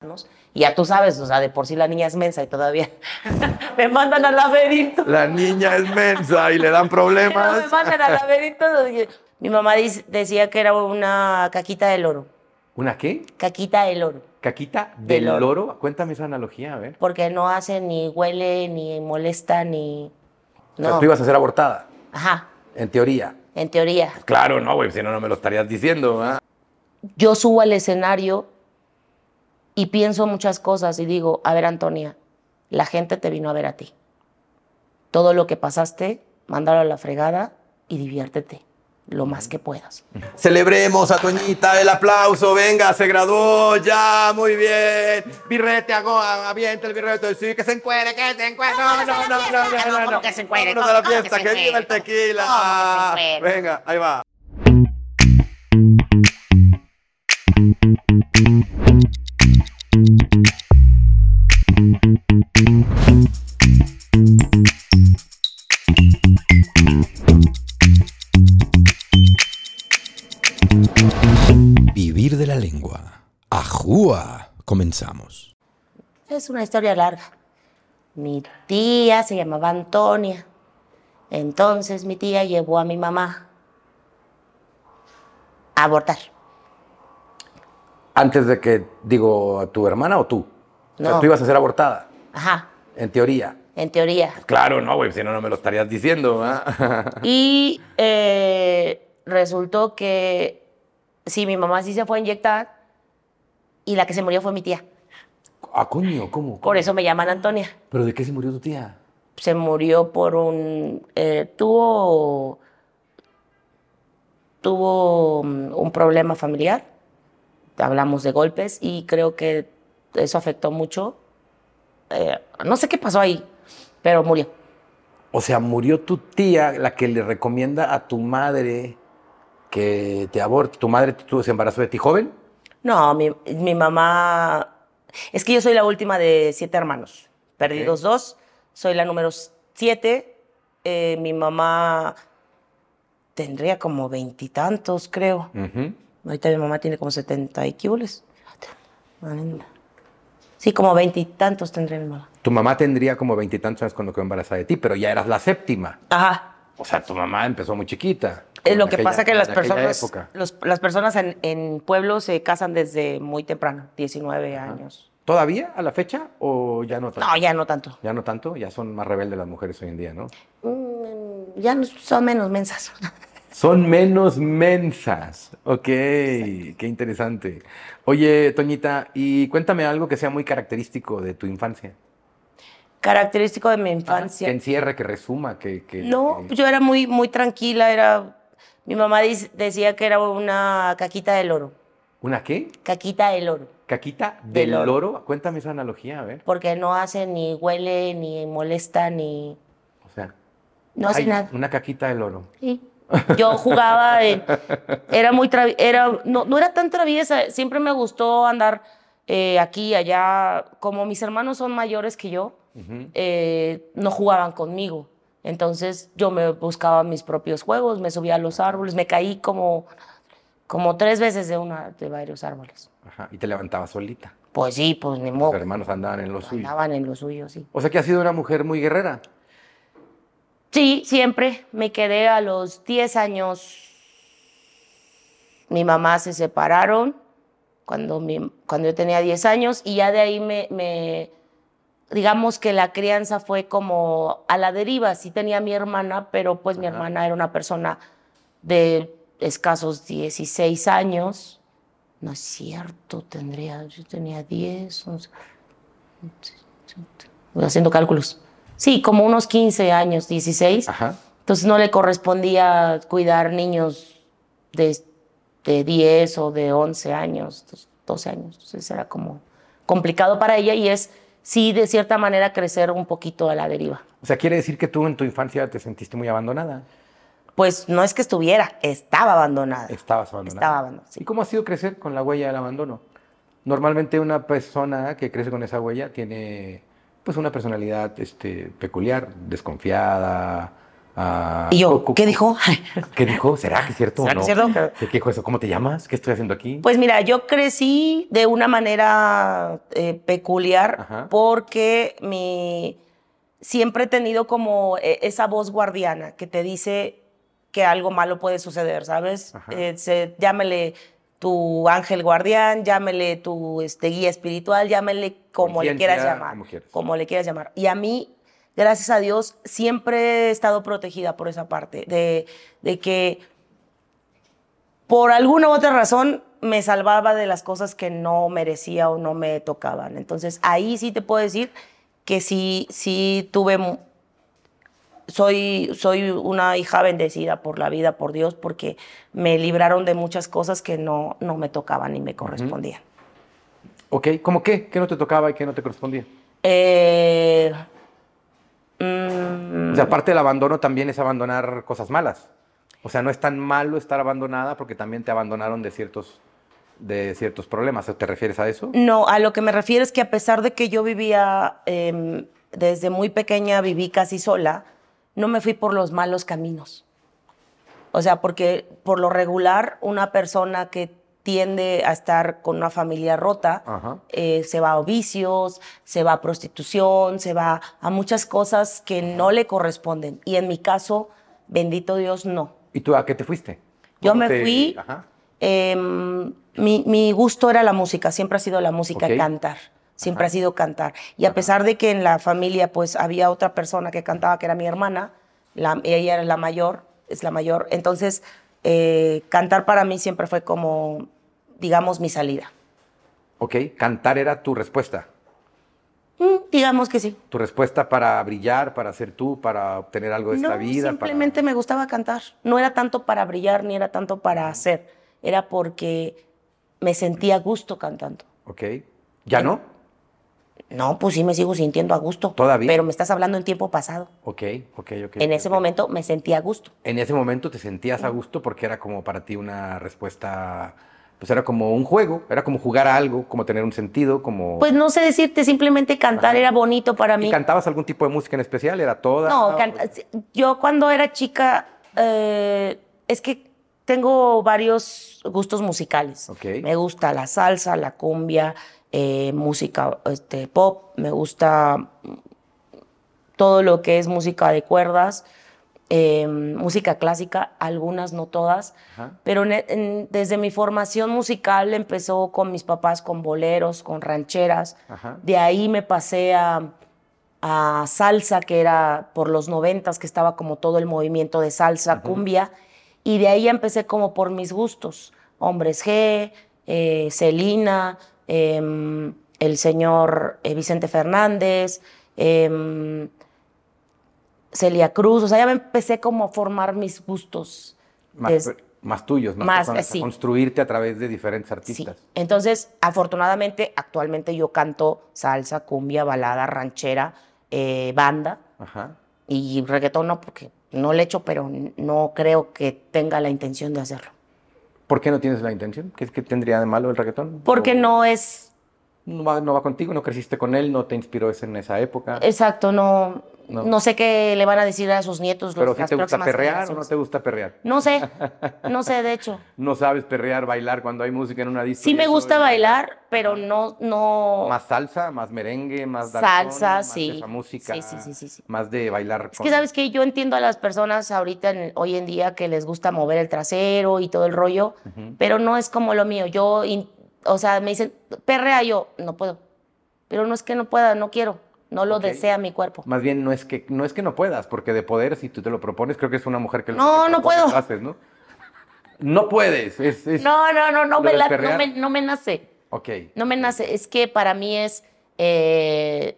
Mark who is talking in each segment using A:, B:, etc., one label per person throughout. A: cuidarnos. Y ya tú sabes, o sea, de por sí la niña es mensa y todavía me mandan al laberinto.
B: La niña es mensa y le dan
A: Pero
B: problemas.
A: me mandan al laberinto. donde- Mi mamá dice- decía que era una caquita del oro.
B: ¿Una qué?
A: Caquita del oro.
B: ¿Caquita
A: Del
B: del loro.
A: oro.
B: Cuéntame esa analogía, a ver.
A: Porque no hace ni huele, ni molesta, ni.
B: O sea,
A: No.
B: tú ibas a ser abortada,
A: Ajá,
B: en teoría.
A: en teoría.
B: Claro, no, güey, si no, no me lo estarías diciendo, ¿verdad?
A: yo subo al escenario y pienso muchas cosas y digo, a ver Antonia, la gente te vino a ver a ti. Todo lo que pasaste, mándalo a la fregada y diviértete lo más que puedas.
B: Celebremos a Toñita, el aplauso, venga, se graduó, ya, muy bien. Birrete, agoa, avienta el birrete, sí, que se encuere, que se encuere, no, no, no, no, no, no, no,
A: ¿Cómo que se encuere?
B: Vámonos a la
A: ¿Cómo que
B: fiesta,
A: se
B: que viva el
A: encuere?
B: tequila.
A: ¿Cómo que se encuere?
B: Venga, ahí va.
C: Vivir de la lengua. Ajúa. Comenzamos.
A: Es una historia larga. Mi tía se llamaba Antonia. Entonces mi tía llevó a mi mamá a abortar.
B: Antes de que, digo, tu hermana o tú. O sea,
A: No.
B: tú ibas a ser abortada,
A: Ajá,
B: en teoría.
A: en teoría.
B: Claro, no, güey, si no, no me lo estarías diciendo, ¿verdad?
A: Y eh, resultó que sí, mi mamá sí se fue a inyectar y la que se murió fue mi tía.
B: Ah, coño, ¿cómo?
A: Por eso me llaman Antonia.
B: ¿Pero de qué se murió tu tía?
A: Se murió por un... eh, tuvo... Tuvo mm, un problema familiar. Hablamos de golpes y creo que eso afectó mucho. Eh, no sé qué pasó ahí, pero murió.
B: O sea, murió tu tía, la que le recomienda a tu madre que te aborte. ¿Tu madre tú, se embarazó de ti joven?
A: No, mi, mi mamá. Es que yo soy la última de siete hermanos. Perdidos dos, soy la número siete. Eh, mi mamá tendría como veintitantos, creo.
B: Mm.
A: Ahorita mi mamá tiene como setenta y quíboles. Sí, como veintitantos tendría mi mamá.
B: Tu mamá tendría como veintitantos años cuando quedó embarazada de ti, pero ya eras la séptima.
A: Ajá.
B: O sea, tu mamá empezó muy chiquita.
A: Eh,
B: como
A: lo
B: en
A: que
B: aquella-
A: pasa que las
B: en aquella
A: personas,
B: época.
A: los- las personas en, en pueblo se casan desde muy temprano, 19 años.
B: ¿Todavía a la fecha o ya no tanto?
A: No, ya no tanto.
B: Ya no tanto, ya son más rebeldes las mujeres hoy en día, ¿no?
A: Mm, ya no son menos mensas.
B: Son menos mensas. Ok, qué interesante. Oye, Toñita, y cuéntame algo que sea muy característico de tu infancia.
A: Característico de mi
B: Que
A: infancia.
B: encierre, que resuma, que... que-
A: No, pues,
B: que-
A: yo era muy, muy tranquila, era... Mi mamá dice- decía que era una caquita del oro,
B: ¿Una qué?
A: caquita del oro,
B: ¿Caquita del
A: Del
B: loro.
A: oro.
B: Cuéntame esa analogía, a ver.
A: porque no hace ni huele, ni molesta, ni...
B: O sea,
A: No hace
B: ay,
A: nada.
B: una caquita del loro.
A: Sí. Yo jugaba, en- era muy travi- era, no, no era tan traviesa, siempre me gustó andar eh, aquí, allá, como mis hermanos son mayores que yo, eh, no jugaban conmigo. Entonces yo me buscaba mis propios juegos, me subía a los árboles, me caí como, como tres veces de, una, de varios árboles.
B: Ajá, y te levantabas solita.
A: Pues sí, pues ni
B: Los
A: modo,
B: hermanos andaban en lo suyo.
A: andaban en lo suyo, sí.
B: O sea que has sido una mujer muy guerrera.
A: Sí, siempre. Me quedé a los 10 años. Mi mamá se separaron cuando, mi- cuando yo tenía 10 años y ya de ahí me, me- digamos que la crianza fue como a la deriva. Sí tenía a mi hermana, pero pues mi
B: Ajá.
A: hermana era una persona de escasos 16 años. No es cierto, tendría, yo tenía 10, 11, haciendo cálculos. Sí, como unos 15 años, 16.
B: Ajá.
A: Entonces no le correspondía cuidar niños de, de 10 o de 11 años, dos- 12 años. Entonces era como complicado para ella y es, sí, de cierta manera crecer un poquito a la deriva.
B: O sea, quiere decir que tú en tu infancia te sentiste muy abandonada.
A: Pues no es que estuviera, estaba abandonada.
B: Estabas abandonada.
A: Estaba abandonada,
B: ¿Y
A: sí.
B: cómo ha sido crecer con la huella del abandono? Normalmente una persona que crece con esa huella tiene pues una personalidad este, peculiar, desconfiada, Ah,
A: Y yo,
B: cu- cu-
A: ¿qué dijo?
B: ¿Qué dijo? ¿Será que es cierto
A: ¿Será
B: o no?
A: que es cierto?
B: ¿Qué- ¿Qué dijo eso? ¿Cómo te llamas? ¿Qué estoy haciendo aquí?
A: Pues mira, yo crecí de una manera eh, peculiar
B: Ajá.
A: porque mi, siempre he tenido como eh, esa voz guardiana que te dice que algo malo puede suceder, ¿sabes?
B: Ajá.
A: Eh, se- llámele tu ángel guardián, llámele tu este, guía espiritual, llámele como le quieras
B: Conciencia,
A: llamar.
B: como quieras.
A: le quieras llamar. Y a mí, gracias a Dios, siempre he estado protegida por esa parte de, de que por alguna u otra razón me salvaba de las cosas que no merecía o no me tocaban. Entonces ahí sí te puedo decir que sí, sí tuve, mu- soy, soy una hija bendecida por la vida, por Dios, porque me libraron de muchas cosas que no, no me tocaban ni me correspondían.
B: Ok, ¿cómo qué? ¿Qué no te tocaba y qué no te correspondía?
A: Eh, mm,
B: O sea, aparte del abandono también es abandonar cosas malas. O sea, no es tan malo estar abandonada porque también te abandonaron de ciertos, de ciertos problemas. ¿Te refieres a eso?
A: No, a lo que me refiero es que a pesar de que yo vivía em, desde muy pequeña, viví casi sola, no me fui por los malos caminos. O sea, porque por lo regular una persona que tiende a estar con una familia rota
B: Ajá.
A: eh, se va a vicios, se va a prostitución, se va a muchas cosas que no le corresponden. Y en mi caso, bendito Dios, no.
B: ¿Y tú a qué te fuiste?
A: Yo
B: ¿Cómo
A: me
B: te-
A: fui.
B: Ajá.
A: Em, mi, mi gusto era la música, siempre ha sido la música,
B: Ok.
A: cantar. Siempre
B: Ajá.
A: ha sido cantar. Y a pesar de que en la familia pues había otra persona que cantaba, que era mi hermana, la- ella era la mayor, es la mayor. Entonces, eh, cantar para mí siempre fue como, digamos, mi salida.
B: Ok, cantar era tu respuesta.
A: Mm, digamos que sí.
B: Tu respuesta para brillar, para ser tú, para obtener algo de esta
A: no,
B: vida. para-
A: simplemente me gustaba cantar. No era tanto para brillar, ni era tanto para hacer. Era porque me sentía a gusto cantando.
B: Ok. ¿Ya no?
A: No, pues sí me sigo sintiendo a gusto.
B: ¿Todavía?
A: Pero me estás hablando en tiempo pasado.
B: Ok, ok, ok.
A: en
B: ok,
A: ese
B: ok.
A: momento me sentía a gusto.
B: En ese momento te sentías a gusto porque era como para ti una respuesta, pues era como un juego, era como jugar a algo, como tener un sentido, como...
A: Pues no sé decirte, simplemente cantar
B: Ajá.
A: era bonito para mí.
B: ¿Y cantabas algún tipo de música en especial? ¿Era toda? Ah, pues,
A: No, canta- sí, yo cuando era chica, eh, es que tengo varios gustos musicales.
B: Ok.
A: Me gusta la salsa, la cumbia, eh, música este, pop, me gusta mm, todo lo que es música de cuerdas, eh, música clásica, algunas, no todas.
B: Ajá.
A: Pero en- en- desde mi formación musical empezó con mis papás, con boleros, con rancheras.
B: Ajá.
A: De ahí me pasé a, a salsa, que era por los noventas, que estaba como todo el movimiento de salsa, cumbia. Y de ahí empecé como por mis gustos. Hombres G, eh, Celina, em, el señor eh, Vicente Fernández, em, Celia Cruz. O sea, ya me empecé como a formar mis gustos.
B: Más,
A: Des-
B: más tuyos, más,
A: más,
B: personas,
A: sí.
B: construirte a través de diferentes
A: Sí.
B: artistas.
A: Entonces, afortunadamente, actualmente yo canto salsa, cumbia, balada, ranchera, eh, banda
B: Ajá.
A: y reggaetón no, porque no le echo, pero no creo que tenga la intención de hacerlo.
B: ¿Por qué no tienes la intención? ¿Qué, qué tendría de malo el reggaetón?
A: Porque
B: ¿O
A: no es,
B: No va, no va contigo, no creciste con él, no te inspiró ese- en esa época.
A: exacto, no,
B: No.
A: no, sé qué le van a decir a sus nietos. los-
B: Pero si
A: las
B: te gusta
A: próximas
B: perrear o no
A: generaciones.
B: te gusta perrear.
A: No sé, no sé, de hecho.
B: No sabes perrear, bailar cuando hay música en una disco.
A: Sí
B: y
A: me
B: eso,
A: gusta
B: y-
A: bailar, pero no, no,
B: Más salsa, más merengue, más
A: Salsa,
B: más
A: sí.
B: esa música,
A: Sí, sí, sí, sí, sí.
B: más de bailar.
A: Es que sabes que yo entiendo a las personas ahorita en- hoy en día que les gusta mover el trasero y todo el rollo, pero no es como lo mío. Yo, in- o sea, me dicen, perrea yo, no puedo. Pero no es que no pueda, no quiero, no lo
B: Ok.
A: desea mi cuerpo.
B: Más bien no es que no es que no puedas, porque de poder si tú te lo propones, creo que es una mujer que lo
A: No,
B: que
A: no
B: propones,
A: puedo.
B: lo haces, ¿no? No puedes. Es, es-
A: No, no, no,
B: Lo
A: no me,
B: del
A: la- no,
B: perrear.
A: me, no me nace,
B: Ok.
A: no me nace. Es que para mí es, eh,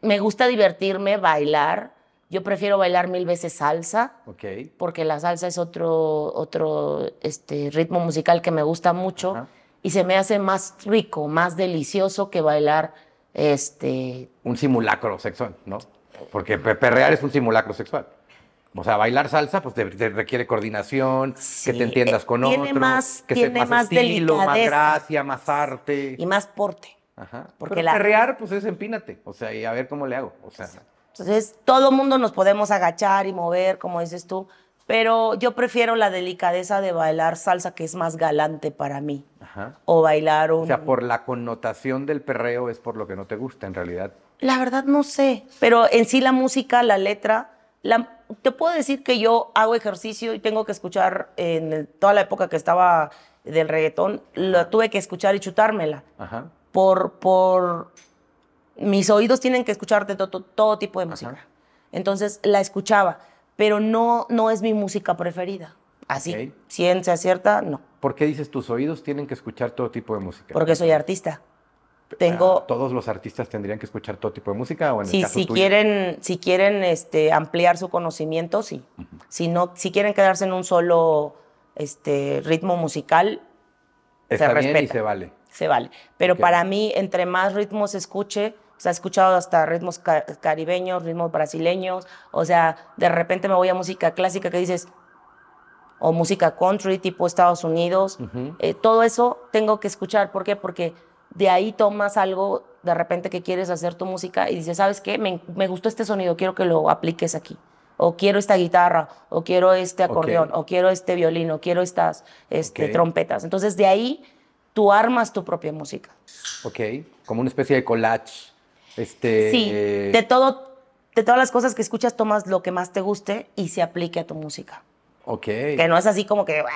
A: me gusta divertirme, bailar. Yo prefiero bailar mil veces salsa.
B: Ok.
A: porque la salsa es otro, otro este, ritmo musical que me gusta mucho
B: Ajá.
A: y se me hace más rico, más delicioso que bailar este,
B: Un simulacro sexual, ¿no? Porque pe- perrear es un simulacro sexual. O sea, bailar salsa, pues te, te requiere coordinación, que
A: Sí,
B: te entiendas
A: eh,
B: con
A: tiene
B: otro,
A: más-
B: que
A: tiene
B: sepas
A: más
B: estilo, más
A: delicadeza.
B: gracia, más arte.
A: y más porte.
B: Ajá.
A: Porque
B: Pero
A: la-
B: perrear, pues es empínate. O sea, y a ver cómo le hago. O sea,
A: Entonces, todo mundo nos podemos agachar y mover, como dices tú, pero yo prefiero la delicadeza de bailar salsa, que es más galante para mí,
B: Ajá.
A: o bailar un...
B: O sea, por la connotación del perreo es por lo que no te gusta en realidad.
A: La verdad no sé, pero en sí la música, la letra, la- te puedo decir que yo hago ejercicio y tengo que escuchar en el- toda la época que estaba del reggaetón, la tuve que escuchar y chutármela.
B: Ajá.
A: Por, por mis oídos tienen que escucharte todo, todo tipo de música. Entonces la escuchaba, pero no, no es mi música preferida. Así,
B: Ok.
A: ciencia cierta, no,
B: ¿Por qué dices tus oídos tienen que escuchar todo tipo de música?
A: porque soy artista.
B: Ah,
A: Tengo,
B: ¿Todos los artistas tendrían que escuchar todo tipo de música? O en el
A: Sí,
B: caso
A: si
B: tuyo?
A: quieren, si quieren este, ampliar su conocimiento, sí. Si no, si quieren quedarse en un solo este, ritmo musical,
B: Está
A: se
B: bien y
A: respeta.
B: se vale.
A: se vale. Pero
B: Ok.
A: para mí, entre más ritmos escuche, o sea, he escuchado hasta ritmos ca- caribeños, ritmos brasileños, o sea, de repente me voy a música clásica que dices, o música country tipo Estados Unidos,
B: Ujú.
A: eh, todo eso tengo que escuchar. ¿Por qué? Porque de ahí tomas algo de repente que quieres hacer tu música y dices, ¿sabes qué? Me, me gustó este sonido, quiero que lo apliques aquí. O quiero esta guitarra, o quiero este acordeón,
B: Ok.
A: o quiero este violín, o quiero estas este,
B: Ok.
A: trompetas. Entonces de ahí tú armas tu propia música.
B: Ok. Como una especie de collage. Este,
A: sí,
B: eh,
A: de todo, de todas las cosas que escuchas tomas lo que más te guste y se aplique a tu música.
B: Ok.
A: que no es así como que, "Bah",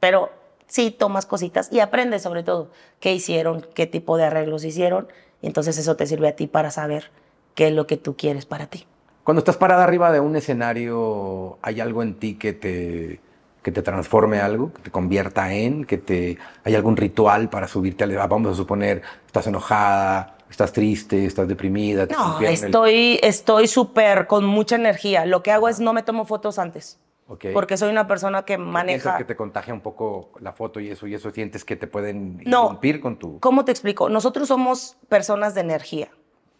A: pero sí tomas cositas y aprendes sobre todo qué hicieron, qué tipo de arreglos hicieron, y entonces eso te sirve a ti para saber qué es lo que tú quieres para ti.
B: Cuando estás parada arriba de un escenario, ¿hay algo en ti que te, que te transforme algo, que te convierta en, que te, hay algún ritual para subirte al... ah, Vamos a suponer, estás enojada, estás triste, estás deprimida. te
A: No,
B: rompieron el-
A: estoy estoy súper con mucha energía. Lo que hago es no me tomo fotos antes,
B: Ok.
A: porque soy una persona que
B: ¿Piensas
A: maneja
B: que te contagia un poco la foto y eso y eso? ¿Sientes que te pueden
A: No.
B: irrumpir con tu...?
A: ¿Cómo te explico? Nosotros somos personas de energía.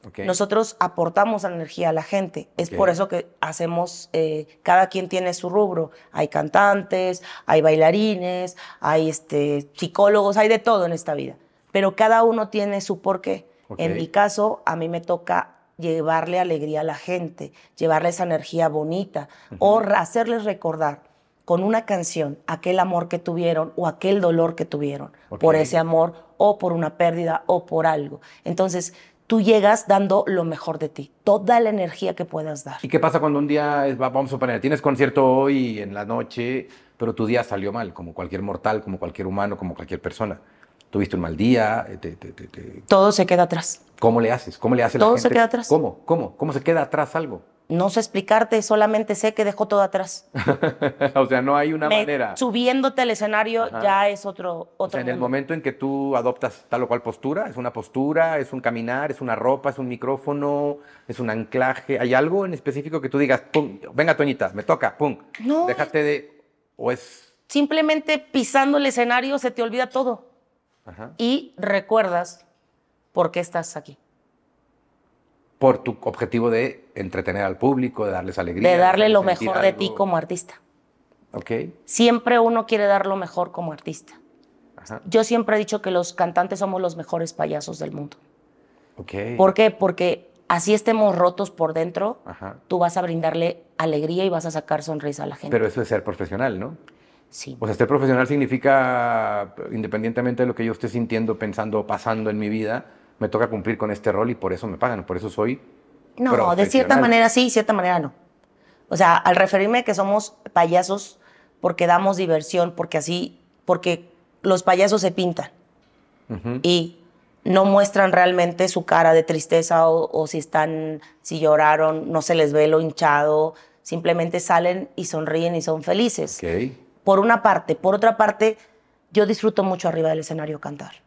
B: Ok.
A: Nosotros aportamos energía a la gente. Es
B: Ok.
A: por eso que hacemos, eh, cada quien tiene su rubro. Hay cantantes, hay bailarines, hay este, psicólogos, hay de todo en esta vida. Pero cada uno tiene su porqué.
B: Ok.
A: En mi caso, a mí me toca llevarle alegría a la gente, llevarle esa energía bonita o ra- hacerles recordar con una canción aquel amor que tuvieron o aquel dolor que tuvieron por
B: Ok.
A: ese amor o por una pérdida o por algo. Entonces, tú llegas dando lo mejor de ti, toda la energía que puedas dar.
B: ¿Y qué pasa cuando un día, es- va- vamos a suponer, tienes concierto hoy en la noche, pero tu día salió mal, como cualquier mortal, como cualquier humano, como cualquier persona? Tuviste un mal día, eh, te- te- te- te-
A: Todo se queda atrás.
B: ¿cómo le haces? ¿Cómo le hace la
A: Todo se
B: gente?
A: queda atrás.
B: ¿Cómo? ¿Cómo? ¿Cómo se queda atrás algo?
A: No sé explicarte, solamente sé que dejó todo atrás.
B: o sea, no hay una
A: Me-
B: manera.
A: Subiénotele al escenario
B: Ajá.
A: ya es otro,
B: O
A: otro
B: sea, en el
A: mundo.
B: momento en que tú adoptas tal o cual postura, es una postura, es un caminar, es una ropa, es un micrófono, es un anclaje. ¿Hay algo en específico que tú digas, pum, venga Toñita, me toca, pum,
A: No,
B: déjate de... o es...
A: Simplemente pisando el escenario se te olvida todo
B: Ajá.
A: y recuerdas por qué estás aquí.
B: por tu objetivo de entretener al público, de darles alegría.
A: De darle lo
B: hacer sentir
A: mejor de ti
B: algo.
A: como artista.
B: Ok.
A: Siempre uno quiere dar lo mejor como artista.
B: Ajá.
A: Yo siempre he dicho que los cantantes somos los mejores payasos del mundo.
B: Ok.
A: ¿Por qué? Porque así estemos rotos por dentro,
B: Ajá.
A: tú vas a brindarle alegría y vas a sacar sonrisa a la gente.
B: Pero pues, eso es ser profesional, ¿no?
A: sí.
B: O sea, ser profesional significa, independientemente de lo que yo esté sintiendo, pensando o pasando en mi vida, me toca cumplir con este rol y por eso me pagan, por eso soy.
A: No, de cierta
B: profesional.
A: manera sí, de cierta manera no. O sea, al referirme que somos payasos porque damos diversión, porque así, porque los payasos se pintan
B: Ujú.
A: y no muestran realmente su cara de tristeza o, o si están, si lloraron, no se les ve lo hinchado, simplemente salen y sonríen y son felices.
B: Ok.
A: Por una parte, por otra parte, yo disfruto mucho arriba del escenario cantar.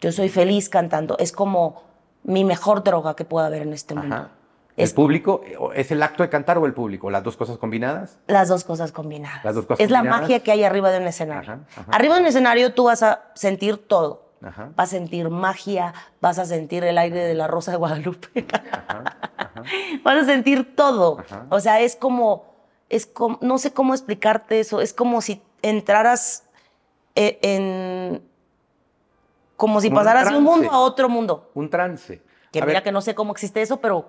A: Yo soy feliz cantando, es como mi mejor droga que pueda haber en este mundo.
B: Ajá.
A: Es-
B: ¿El público? ¿O ¿Es el acto de cantar o el público? ¿Las dos cosas combinadas?
A: Las dos cosas combinadas.
B: Las dos cosas
A: es la
B: combinadas.
A: magia que hay arriba de un escenario.
B: Ajá, ajá.
A: Arriba de un escenario tú vas a sentir todo.
B: Ajá.
A: Vas a sentir magia, vas a sentir el aire de la Rosa de Guadalupe. vas a sentir todo.
B: Ajá.
A: O sea, es como, es como, no sé cómo explicarte eso. Es como si entraras e- en, como si
B: Como un
A: pasaras de un
B: trance.
A: mundo a otro mundo.
B: Un trance.
A: Que
B: A
A: mira
B: ver,
A: que no sé cómo existe eso, pero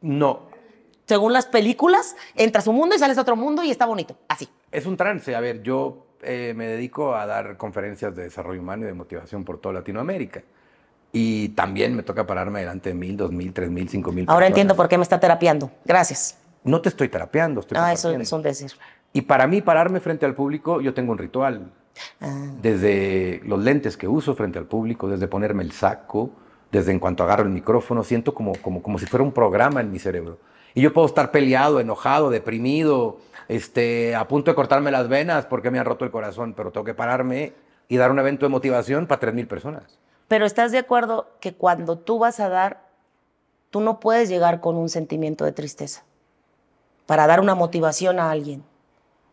B: No.
A: según las películas, entras a un mundo y sales a otro mundo y está bonito. Así.
B: Es un trance. A ver, yo eh, me dedico a dar conferencias de desarrollo humano y de motivación por toda Latinoamérica. Y también me toca pararme delante de mil, dos mil, tres mil, cinco mil.
A: Ahora
B: personas.
A: entiendo por qué me está terapiando. Gracias.
B: No te estoy terapeando, estoy
A: Ah, eso
B: compartiendo.
A: es un decir.
B: Y para mí, pararme frente al público, yo tengo un ritual.
A: Ah,
B: Desde los lentes que uso frente al público, desde ponerme el saco, desde en cuanto agarro el micrófono, siento como, como, como si fuera un programa en mi cerebro. Y yo puedo estar peleado, enojado, deprimido, este, a punto de cortarme las venas porque me han roto el corazón, pero tengo que pararme y dar un evento de motivación para 3.000 personas.
A: Pero estás de acuerdo que cuando tú vas a dar, tú no puedes llegar con un sentimiento de tristeza para dar una motivación a alguien.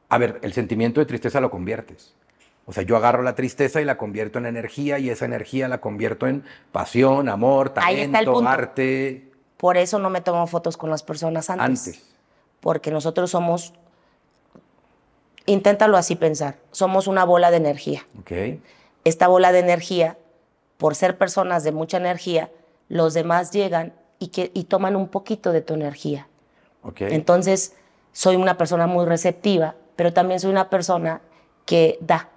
B: A ver, el sentimiento de tristeza lo conviertes. O sea, yo agarro la tristeza y la convierto en energía y esa energía la convierto en pasión, amor,
A: Ahí está el
B: talento,
A: punto.
B: arte,
A: Por eso no me tomo fotos con las personas antes.
B: antes.
A: Porque nosotros somos, inténtalo así pensar, somos una bola de energía.
B: Ok.
A: esta bola de energía, por ser personas de mucha energía, los demás llegan y, que, y toman un poquito de tu energía.
B: Ok.
A: Entonces, soy una persona muy receptiva, pero también soy una persona que da.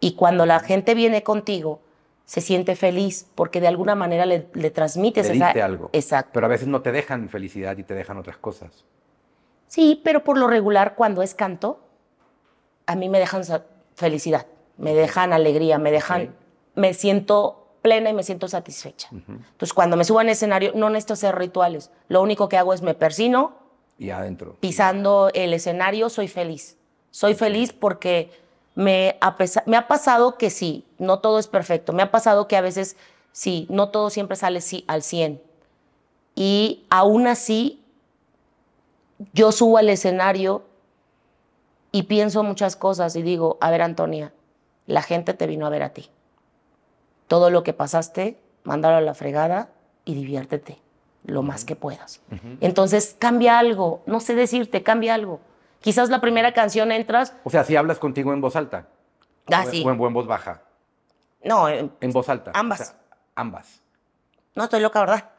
A: Y cuando la gente viene contigo, se siente feliz porque de alguna manera le, le transmites
B: Le
A: esa-
B: diste algo.
A: Exacto.
B: Pero a veces no te dejan felicidad y te dejan otras cosas.
A: Sí, pero por lo regular cuando es canto, a mí me dejan sa- felicidad, me dejan alegría, me dejan,
B: Ok.
A: me siento plena y me siento satisfecha. Entonces cuando me subo al escenario no necesito hacer rituales, lo único que hago es me persino,
B: Y adentro.
A: pisando el escenario soy feliz. Soy feliz porque me, a pesa- me ha pasado que sí, no todo es perfecto. Me ha pasado que a veces sí, no todo siempre sale sí, al 100. Y aún así, yo subo al escenario y pienso muchas cosas y digo, a ver Antonia, la gente te vino a ver a ti. Todo lo que pasaste, mándalo a la fregada y diviértete lo más que puedas. Entonces cambia algo, no sé decirte, cambia algo. Quizás la primera canción entras,
B: O sea, si hablas contigo en voz alta.
A: ah,
B: o, en-
A: sí.
B: o en, o en voz baja.
A: No, eh,
B: En voz alta.
A: Ambas.
B: O sea, ambas.
A: no estoy loca, ¿verdad?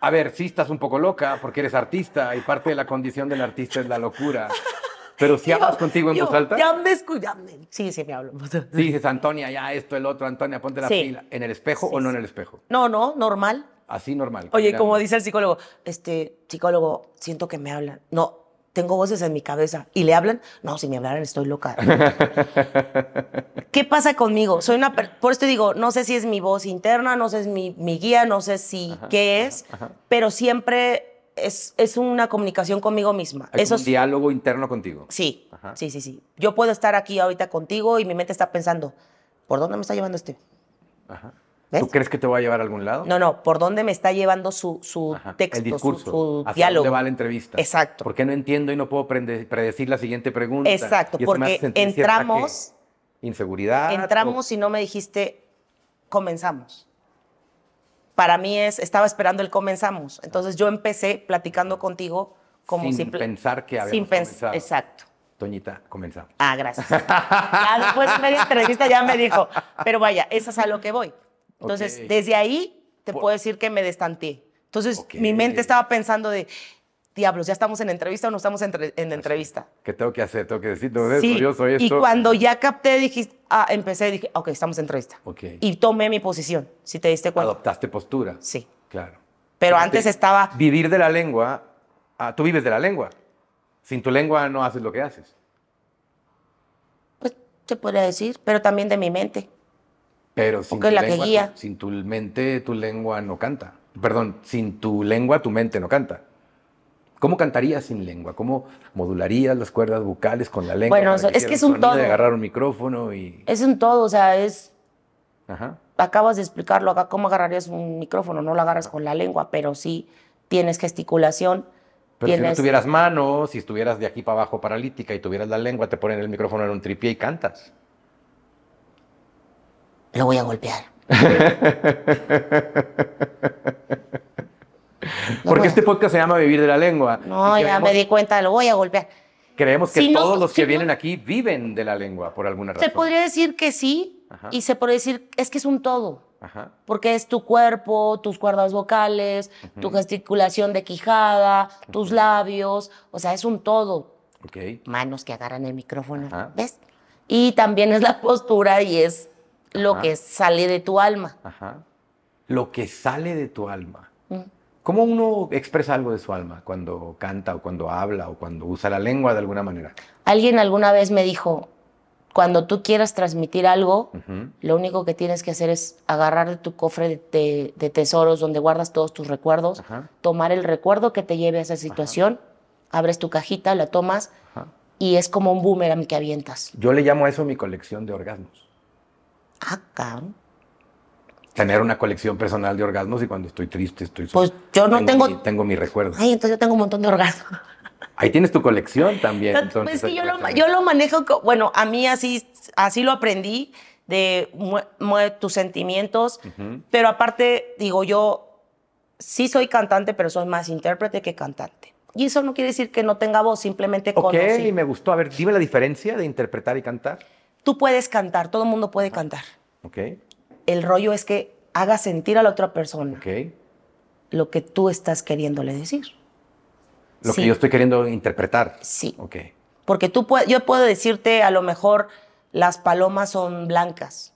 B: A ver, sí estás un poco loca porque eres artista y parte de la condición del artista es la locura. Pero si hablas contigo en
A: Yo-
B: voz alta.
A: Ya me escu- ya me- Sí, sí, me hablo.
B: Sí, dices, Antonia, ya esto, el otro, Antonia, ponte la
A: Sí.
B: pila. ¿En el espejo
A: Sí,
B: o no
A: sí.
B: en el espejo?
A: No, no, normal.
B: Así normal.
A: Oye, como
B: caminando.
A: dice el psicólogo, este psicólogo, siento que me hablan. No, tengo voces en mi cabeza y le hablan. No, si me hablaran estoy loca. ¿Qué pasa conmigo? Soy una per- por esto digo, no sé si es mi voz interna, no sé si es mi, mi guía, no sé si qué es, pero siempre es, es una comunicación conmigo misma.
B: Hay como
A: Eso
B: un
A: es-
B: diálogo interno contigo.
A: Sí,
B: Ajá.
A: sí, sí, sí. Yo puedo estar aquí ahorita contigo y mi mente está pensando, ¿por dónde me está llevando este?
B: Ajá.
A: ¿Ves?
B: ¿Tú crees que te va a llevar a algún lado?
A: No, no, ¿por dónde me está llevando su, su
B: Ajá.
A: texto,
B: el
A: su-
B: discurso,
A: su,
B: hacia
A: diálogo?
B: dónde va la entrevista.
A: Exacto.
B: Porque no entiendo y no puedo prende- predecir la siguiente pregunta.
A: Exacto,
B: Y eso me
A: porque
B: hace sentir cierta
A: entramos-
B: que- inseguridad.
A: Entramos y no me dijiste, comenzamos. Para mí es, estaba esperando el comenzamos. Entonces yo empecé platicando contigo como
B: Sin
A: si pl-
B: pensar que habíamos
A: pens-
B: comenzado.
A: Exacto.
B: o- Toñita, comenzamos.
A: Ah, gracias. Ya después de media entrevista ya me dijo, pero vaya, esa es a lo que voy. Entonces,
B: Ok.
A: desde ahí te
B: Por-
A: puedo decir que me destanteé. Entonces,
B: Ok.
A: mi mente estaba pensando de, diablos, ¿ya estamos en entrevista o no estamos entre- en entrevista?
B: ¿Qué tengo que hacer? Tengo que decir, no, esto,
A: Sí,
B: yo soy esto.
A: Y cuando ya capté, dijiste, ah, empecé, dije, ok, estamos en entrevista.
B: Ok.
A: Y tomé mi posición, si te diste cuenta.
B: Adoptaste postura.
A: Sí.
B: Claro.
A: Pero
B: Fíjate,
A: antes estaba,
B: Vivir de la lengua. ah, tú vives de la lengua. Sin tu lengua no haces lo que haces.
A: pues, se podría decir, pero también de mi mente.
B: Pero sin
A: Porque
B: tu
A: la que
B: lengua,
A: guía.
B: sin tu mente, tu lengua no canta. Perdón, sin tu lengua, tu mente no canta. ¿Cómo cantarías sin lengua? ¿Cómo modularías las cuerdas vocales con la lengua?
A: Bueno,
B: para
A: eso- es
B: hiciera
A: que es un Eh,
B: sonido de
A: todo.
B: agarrar un micrófono y.
A: Es un todo, o sea, es,
B: Ajá.
A: acabas de explicarlo acá, cómo agarrarías un micrófono, no lo agarras con la lengua, pero sí tienes gesticulación.
B: Pero si no
A: tienes-
B: tuvieras manos, si estuvieras de aquí para abajo paralítica y tuvieras la lengua, te ponen el micrófono en un tripié y cantas.
A: Lo voy a golpear.
B: Porque
A: voy a-
B: este podcast se llama Vivir de la Lengua.
A: pues. No,
B: Y
A: ya
B: creemos-
A: me di cuenta, lo voy a golpear.
B: Creemos que
A: Si no-
B: todos los que
A: si no-
B: vienen aquí viven de la lengua por alguna razón.
A: Se podría decir que sí
B: Ajá.
A: y se podría decir, es que es un todo.
B: Ajá.
A: Porque es tu cuerpo, tus cuerdas vocales, tu gesticulación de quijada, tus labios, o sea, es un todo.
B: Ok.
A: Manos que agarran el micrófono,
B: Ajá.
A: ¿ves? Y también es la postura y es lo
B: Ajá.
A: que sale de tu alma.
B: Ajá. Lo que sale de tu alma.
A: Mm.
B: ¿Cómo uno expresa algo de su alma cuando canta o cuando habla o cuando usa la lengua de alguna manera?
A: Alguien alguna vez me dijo, cuando tú quieras transmitir algo,
B: Ujú.
A: lo único que tienes que hacer es agarrar de tu cofre de, de- de tesoros donde guardas todos tus recuerdos,
B: Ajá.
A: tomar el recuerdo que te lleve a esa situación, abres tu cajita, la tomas
B: Ajá.
A: y es como un boomerang que avientas.
B: Yo le llamo a eso mi colección de orgasmos.
A: Ah, cabrón.
B: Tener una colección personal de orgasmos y cuando estoy triste, estoy
A: Pues yo no
B: Mi,
A: tengo-
B: tengo mi recuerdo.
A: Ay, entonces yo tengo un montón de orgasmos.
B: Ahí tienes tu colección también. entonces,
A: Pues es que yo lo, ma-
B: exactamente.
A: yo lo manejo, co- bueno, a mí así, así lo aprendí, de mue- mueve tus sentimientos,
B: Ujú.
A: pero aparte, digo, yo sí soy cantante, pero soy más intérprete que cantante. Y eso no quiere decir que no tenga voz, simplemente
B: Ok,
A: conocí.
B: me gustó. A ver, dime la diferencia de interpretar y cantar.
A: Tú puedes cantar, todo el mundo puede cantar.
B: Ok,
A: El rollo es que haga sentir a la otra persona
B: ok.
A: lo que tú estás queriéndole decir.
B: Lo
A: Sí.
B: que yo estoy queriendo interpretar.
A: Sí.
B: Ok.
A: Porque tú pue- yo puedo decirte, a lo mejor las palomas son blancas.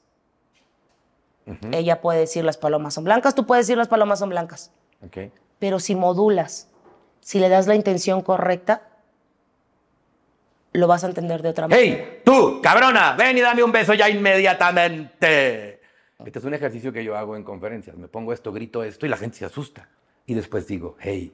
B: Ujú.
A: Ella puede decir las palomas son blancas, tú puedes decir las palomas son blancas.
B: Ok.
A: Pero si modulas, si le das la intención correcta, lo vas a entender de otra manera.
B: ¡Hey! ¡Tú, cabrona! ¡Ven y dame un beso ya inmediatamente! Este es un ejercicio que yo hago en conferencias. Me pongo esto, grito esto y la gente se asusta. Y después digo, hey,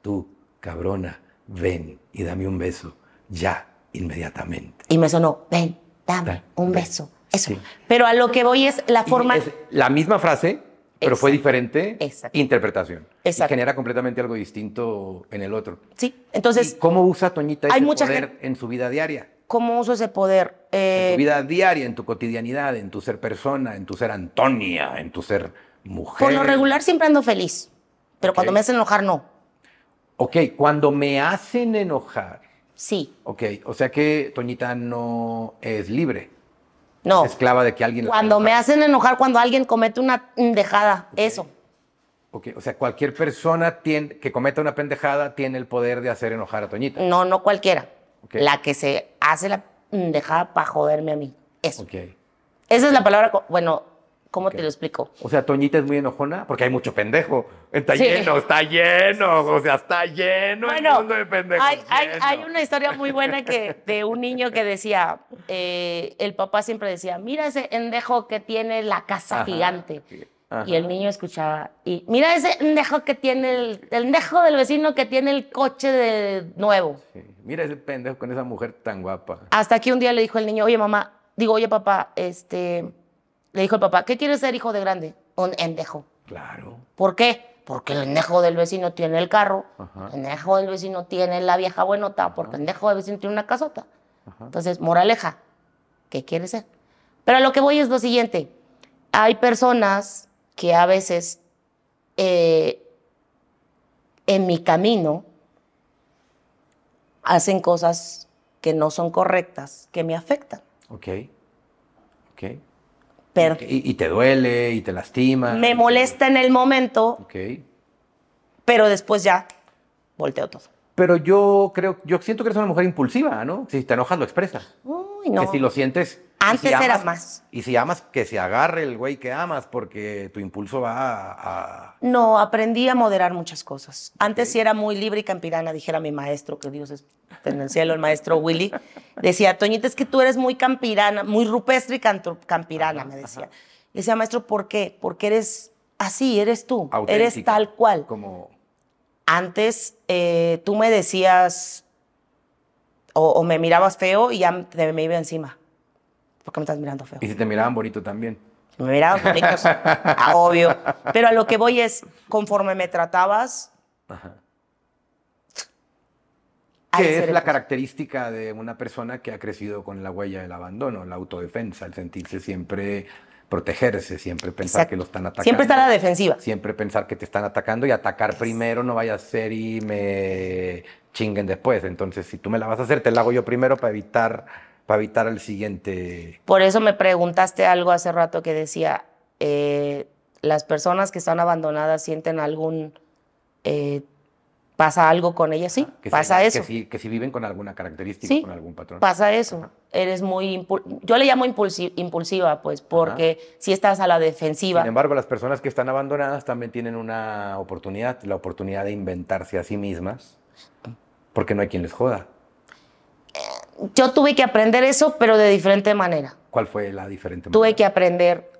B: tú, cabrona, ven y dame un beso ya inmediatamente.
A: Y me sonó, ven, dame
B: Da-
A: un
B: ven.
A: beso. Eso.
B: Sí.
A: Pero a lo que voy es la
B: Y
A: forma.
B: es la misma frase, pero
A: Exacto.
B: fue diferente
A: Exacto.
B: interpretación. Y
A: Exacto.
B: genera completamente algo distinto en el otro.
A: Sí.
B: Entonces,
A: Entonces,
B: ¿Cómo usa Toñita
A: hay
B: ese
A: mucha
B: poder en su vida diaria?
A: ¿cómo uso ese poder?
B: En
A: Eh,
B: tu vida diaria, en tu cotidianidad, en tu ser persona, en tu ser Antonia, en tu ser mujer.
A: por lo regular siempre ando feliz. Pero
B: Ok.
A: cuando me hacen enojar, no.
B: Ok, cuando me hacen enojar.
A: Sí.
B: Ok, o sea que Toñita no es libre.
A: No.
B: Es esclava de que alguien la haga
A: Cuando me
B: enojar.
A: hacen enojar, cuando alguien comete una pendejada, eso.
B: Ok, o sea, cualquier persona tiene- que cometa una pendejada tiene el poder de hacer enojar a Toñita.
A: No, no cualquiera.
B: Ok.
A: La que se hace la pendejada para joderme a mí. Eso.
B: Ok.
A: Esa es la palabra, co- bueno, ¿cómo
B: Ok.
A: te lo explico?
B: O sea, Toñita es muy enojona porque hay mucho pendejo. Está
A: Sí.
B: lleno, está lleno. O sea, está lleno el mundo de pendejos.
A: hay, hay-
B: lleno.
A: hay una historia muy buena que, de un niño que decía, eh, el papá siempre decía, mira ese endejo que tiene la casa
B: Ajá.
A: gigante.
B: Ajá.
A: Y el niño escuchaba, y mira ese endejo que tiene, el, el endejo del vecino que tiene el coche de nuevo.
B: Sí. Mira ese pendejo con esa mujer tan guapa.
A: Hasta que un día le dijo el niño, oye mamá, digo, oye papá, este, le dijo el papá, ¿qué quieres ser hijo de grande? Un endejo.
B: Claro.
A: ¿Por qué? Porque el endejo del vecino tiene el carro,
B: Ajá.
A: el endejo del vecino tiene la vieja buenota, porque el endejo del vecino tiene una casota. Entonces, moraleja, ¿qué quieres ser? Pero a lo que voy es lo siguiente, hay personas que a veces eh, en mi camino hacen cosas que no son correctas, que me afectan.
B: Ok. Ok.
A: Pero
B: Y, y te duele, y te lastima.
A: me molesta en el momento,
B: Ok.
A: pero después ya volteo todo.
B: Pero yo creo, yo siento que eres una mujer impulsiva, ¿no? Si te enojas, lo expresas.
A: Uy, no.
B: Que si lo sientes. y
A: Antes
B: si amas-
A: era más.
B: Y si amas, que se agarre el güey que amas, porque tu impulso va a- a
A: No, aprendí a moderar muchas cosas. Antes sí era muy libre y campirana, dijera mi maestro, que Dios es en el cielo, el maestro Willy. Decía, Toñita, es que tú eres muy campirana, muy rupestre y cantu- campirana, me decía. Y decía, maestro, ¿por qué? Porque eres así, eres tú, eres
B: auténtica,
A: tal cual.
B: Como,
A: Antes eh, tú me decías o, o me mirabas feo y ya te- me iba encima. ¿Por qué me estás mirando feo?
B: y si te miraban bonito también.
A: Me mirabas bonito, ah, obvio. Pero a lo que voy es, conforme me tratabas, ha de
B: Que es
A: ser
B: la
A: entonces.
B: característica de una persona que ha crecido con la huella del abandono, la autodefensa, el sentirse siempre protegerse, siempre pensar
A: Exacto.
B: que lo están atacando.
A: Siempre está la defensiva.
B: Siempre pensar que te están atacando y atacar primero no vaya a ser y me chinguen después. Entonces, si tú me la vas a hacer, te la hago yo primero para evitar, para evitar el siguiente.
A: Por eso me preguntaste algo hace rato que decía, eh, las personas que están abandonadas sienten algún... eh, ¿Pasa algo con ellas? Sí,
B: Que si-
A: pasa eso.
B: Que si, que si viven con alguna característica,
A: Sí.
B: con algún patrón.
A: Pasa eso. Eres muy... impul- Yo le llamo impulsi- impulsiva, pues, porque si estás a la defensiva.
B: Sin embargo, las personas que están abandonadas también tienen una oportunidad, la oportunidad de inventarse a sí mismas, porque no hay quien les joda. em-
A: Yo tuve que aprender eso, pero de diferente manera.
B: ¿Cuál fue la diferente?
A: Tuve
B: manera?
A: que aprender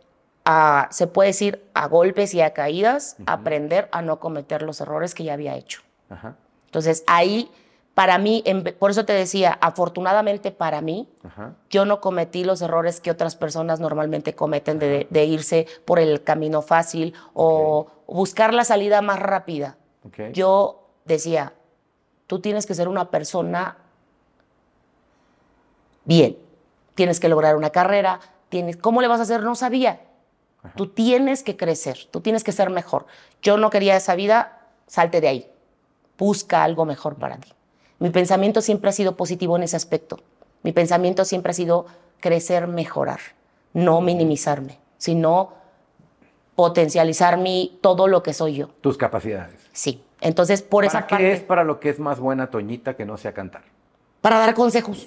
A: a, se puede decir, a golpes y a caídas, aprender a no cometer los errores que ya había hecho.
B: Ajá,
A: Entonces, ahí, para mí, en ve- por eso te decía, afortunadamente para mí,
B: ajá.
A: yo no cometí los errores que otras personas normalmente cometen de, de irse por el camino fácil o buscar la salida más rápida.
B: ok.
A: Yo decía, tú tienes que ser una persona bien, tienes que lograr una carrera, tienes, ¿cómo le vas a hacer? No sabía. Tú tienes que crecer, tú tienes que ser mejor. Yo no quería esa vida, salte de ahí, busca algo mejor para ti. Mi pensamiento siempre ha sido positivo en ese aspecto. Mi pensamiento siempre ha sido crecer, mejorar, no minimizarme, sino potencializar mi, todo lo que soy yo.
B: Tus capacidades.
A: Sí. Entonces, por
B: ¿Para
A: esa
B: qué
A: parte,
B: es para lo que es más buena Toñita que no sea cantar?
A: para dar consejos.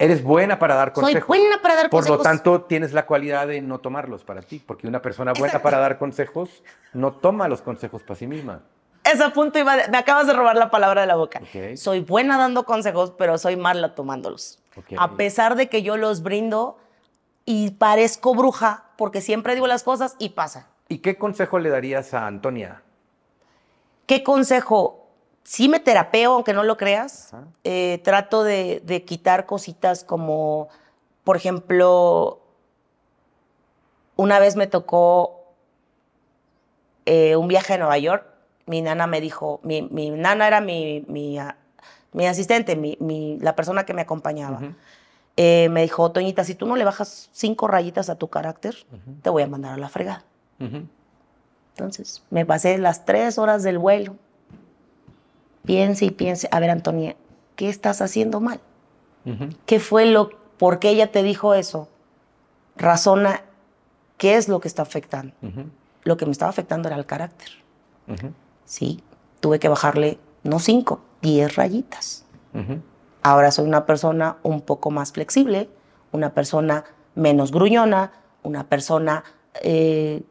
B: Eres buena para dar
A: Soy
B: consejos.
A: buena para dar
B: Por
A: consejos.
B: lo tanto, tienes la cualidad de no tomarlos para ti, porque una persona buena para dar consejos no toma los consejos para sí misma.
A: Ese punto iba de- me acabas de robar la palabra de la boca.
B: Ok.
A: Soy buena dando consejos, pero soy mala tomándolos.
B: Ok.
A: A pesar de que yo los brindo y parezco bruja, porque siempre digo las cosas y pasa.
B: ¿Y qué consejo le darías a Antonia?
A: ¿Qué consejo? Sí me terapeo, aunque no lo creas.
B: Ajá.
A: Eh, trato de, de quitar cositas como, por ejemplo, una vez me tocó eh, un viaje a Nueva York. Mi nana me dijo, mi, mi nana era mi, mi, ah, mi asistente, mi, mi- la persona que me acompañaba. Eh, me dijo, Toñita, si tú no le bajas cinco rayitas a tu carácter, te voy a mandar a la fregada. Entonces, me pasé las tres horas del vuelo. Piense y piense, a ver, Antonia, ¿qué estás haciendo mal? ¿Qué fue lo, por qué ella te dijo eso? Razona, ¿qué es lo que está afectando? Lo que me estaba afectando era el carácter. Sí, tuve que bajarle, no cinco, diez rayitas. Ahora soy una persona un poco más flexible, una persona menos gruñona, una persona eh,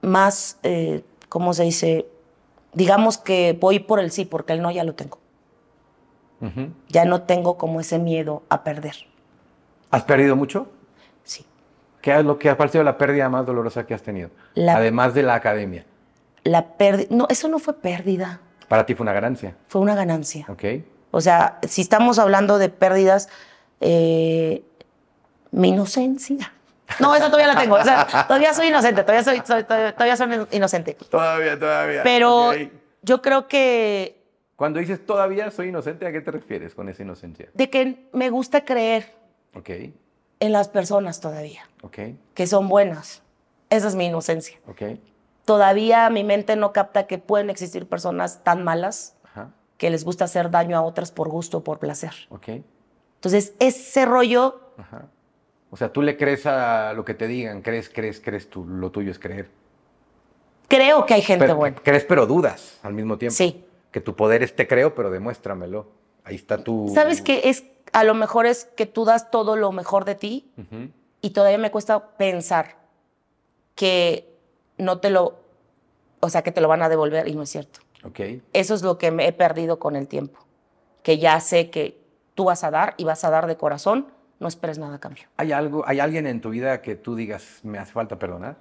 A: más, eh, ¿cómo se dice? Digamos que voy por el sí, porque el no ya lo tengo. Ya no tengo como ese miedo a perder.
B: ¿Has perdido mucho?
A: Sí.
B: ¿Qué es lo que ha sido la pérdida más dolorosa que has tenido?
A: La-
B: Además de la academia.
A: La pérdida, no, eso no fue pérdida,
B: Para ti fue una ganancia,
A: fue una ganancia.
B: ¿ok?
A: O sea, si estamos hablando de pérdidas, eh, mi inocencia. No, esa todavía la tengo. esa- todavía soy inocente, todavía soy, soy- todavía- todavía soy inocente.
B: Todavía, todavía.
A: Pero yo creo que
B: Cuando dices todavía soy inocente, ¿a qué te refieres con esa inocencia?
A: de que me gusta creer
B: Ok,
A: en las personas todavía,
B: ok,
A: que son buenas. Esa es mi inocencia.
B: ok.
A: Todavía mi mente no capta que pueden existir personas tan malas
B: Ajá,
A: que les gusta hacer daño a otras por gusto o por placer.
B: ok,
A: Entonces, ese rollo,
B: ajá. O sea, tú le crees a lo que te digan, crees, crees, crees, tú, lo tuyo es creer.
A: creo que hay gente
B: Pero-
A: buena.
B: Crees, pero dudas al mismo tiempo.
A: Sí.
B: Que tu poder es te creo, pero demuéstramelo. Ahí está tu...
A: ¿Sabes qué es? A lo mejor es que tú das todo lo mejor de ti
B: Ujú.
A: y todavía me cuesta pensar que no te lo, o sea, que te lo van a devolver y no es cierto.
B: Ok,
A: Eso es lo que me he perdido con el tiempo. Que ya sé que tú vas a dar y vas a dar de corazón, no esperes nada a cambio.
B: ¿Hay algo, hay alguien en tu vida que tú digas, me hace falta perdonar?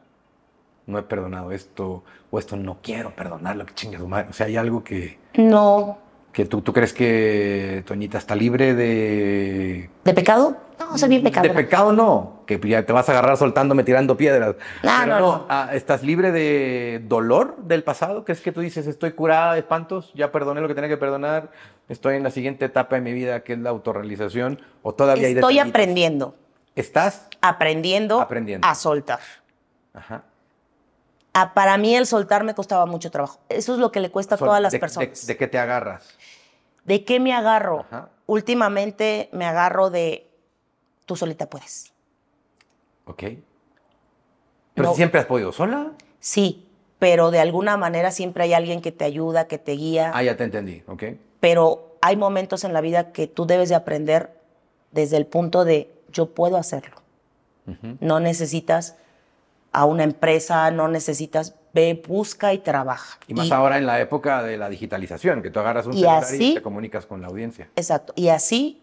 B: No he perdonado esto, o esto no quiero perdonarlo, que chingue su madre. O sea, hay algo que,
A: No.
B: que tú, tú crees que Toñita está libre de.
A: ¿De pecado? No, soy bien
B: de
A: pecadora.
B: pecado no, que ya te vas a agarrar soltándome, tirando piedras.
A: Ah, no,
B: Pero
A: no.
B: ah, ¿Estás libre de dolor del pasado? ¿Crees que tú dices, estoy curada de espantos, ya perdoné lo que tenía que perdonar, estoy en la siguiente etapa de mi vida, que es la autorrealización, o todavía hay
A: Estoy
B: detallitos?
A: aprendiendo,
B: ¿Estás?
A: aprendiendo,
B: Aprendiendo.
A: a soltar.
B: Ajá.
A: Ah, para mí el soltar me costaba mucho trabajo. Eso es lo que le cuesta a
B: Sol-
A: todas las
B: de- de-
A: personas.
B: ¿De, qué te agarras?
A: ¿De qué me agarro?
B: Ajá.
A: Últimamente me agarro de tú solita puedes.
B: Ok. Pero
A: No.
B: si siempre has podido sola.
A: Sí, pero de alguna manera siempre hay alguien que te ayuda, que te guía.
B: Ah, ya te entendí, ¿ok?
A: Pero hay momentos en la vida que tú debes de aprender desde el punto de yo puedo hacerlo.
B: Ujú.
A: No necesitas a una empresa, no necesitas, ve, busca y trabaja.
B: Y más ahora en la época de la digitalización, que tú agarras un
A: y
B: celular y
A: así-
B: te comunicas con la audiencia.
A: Exacto. Y así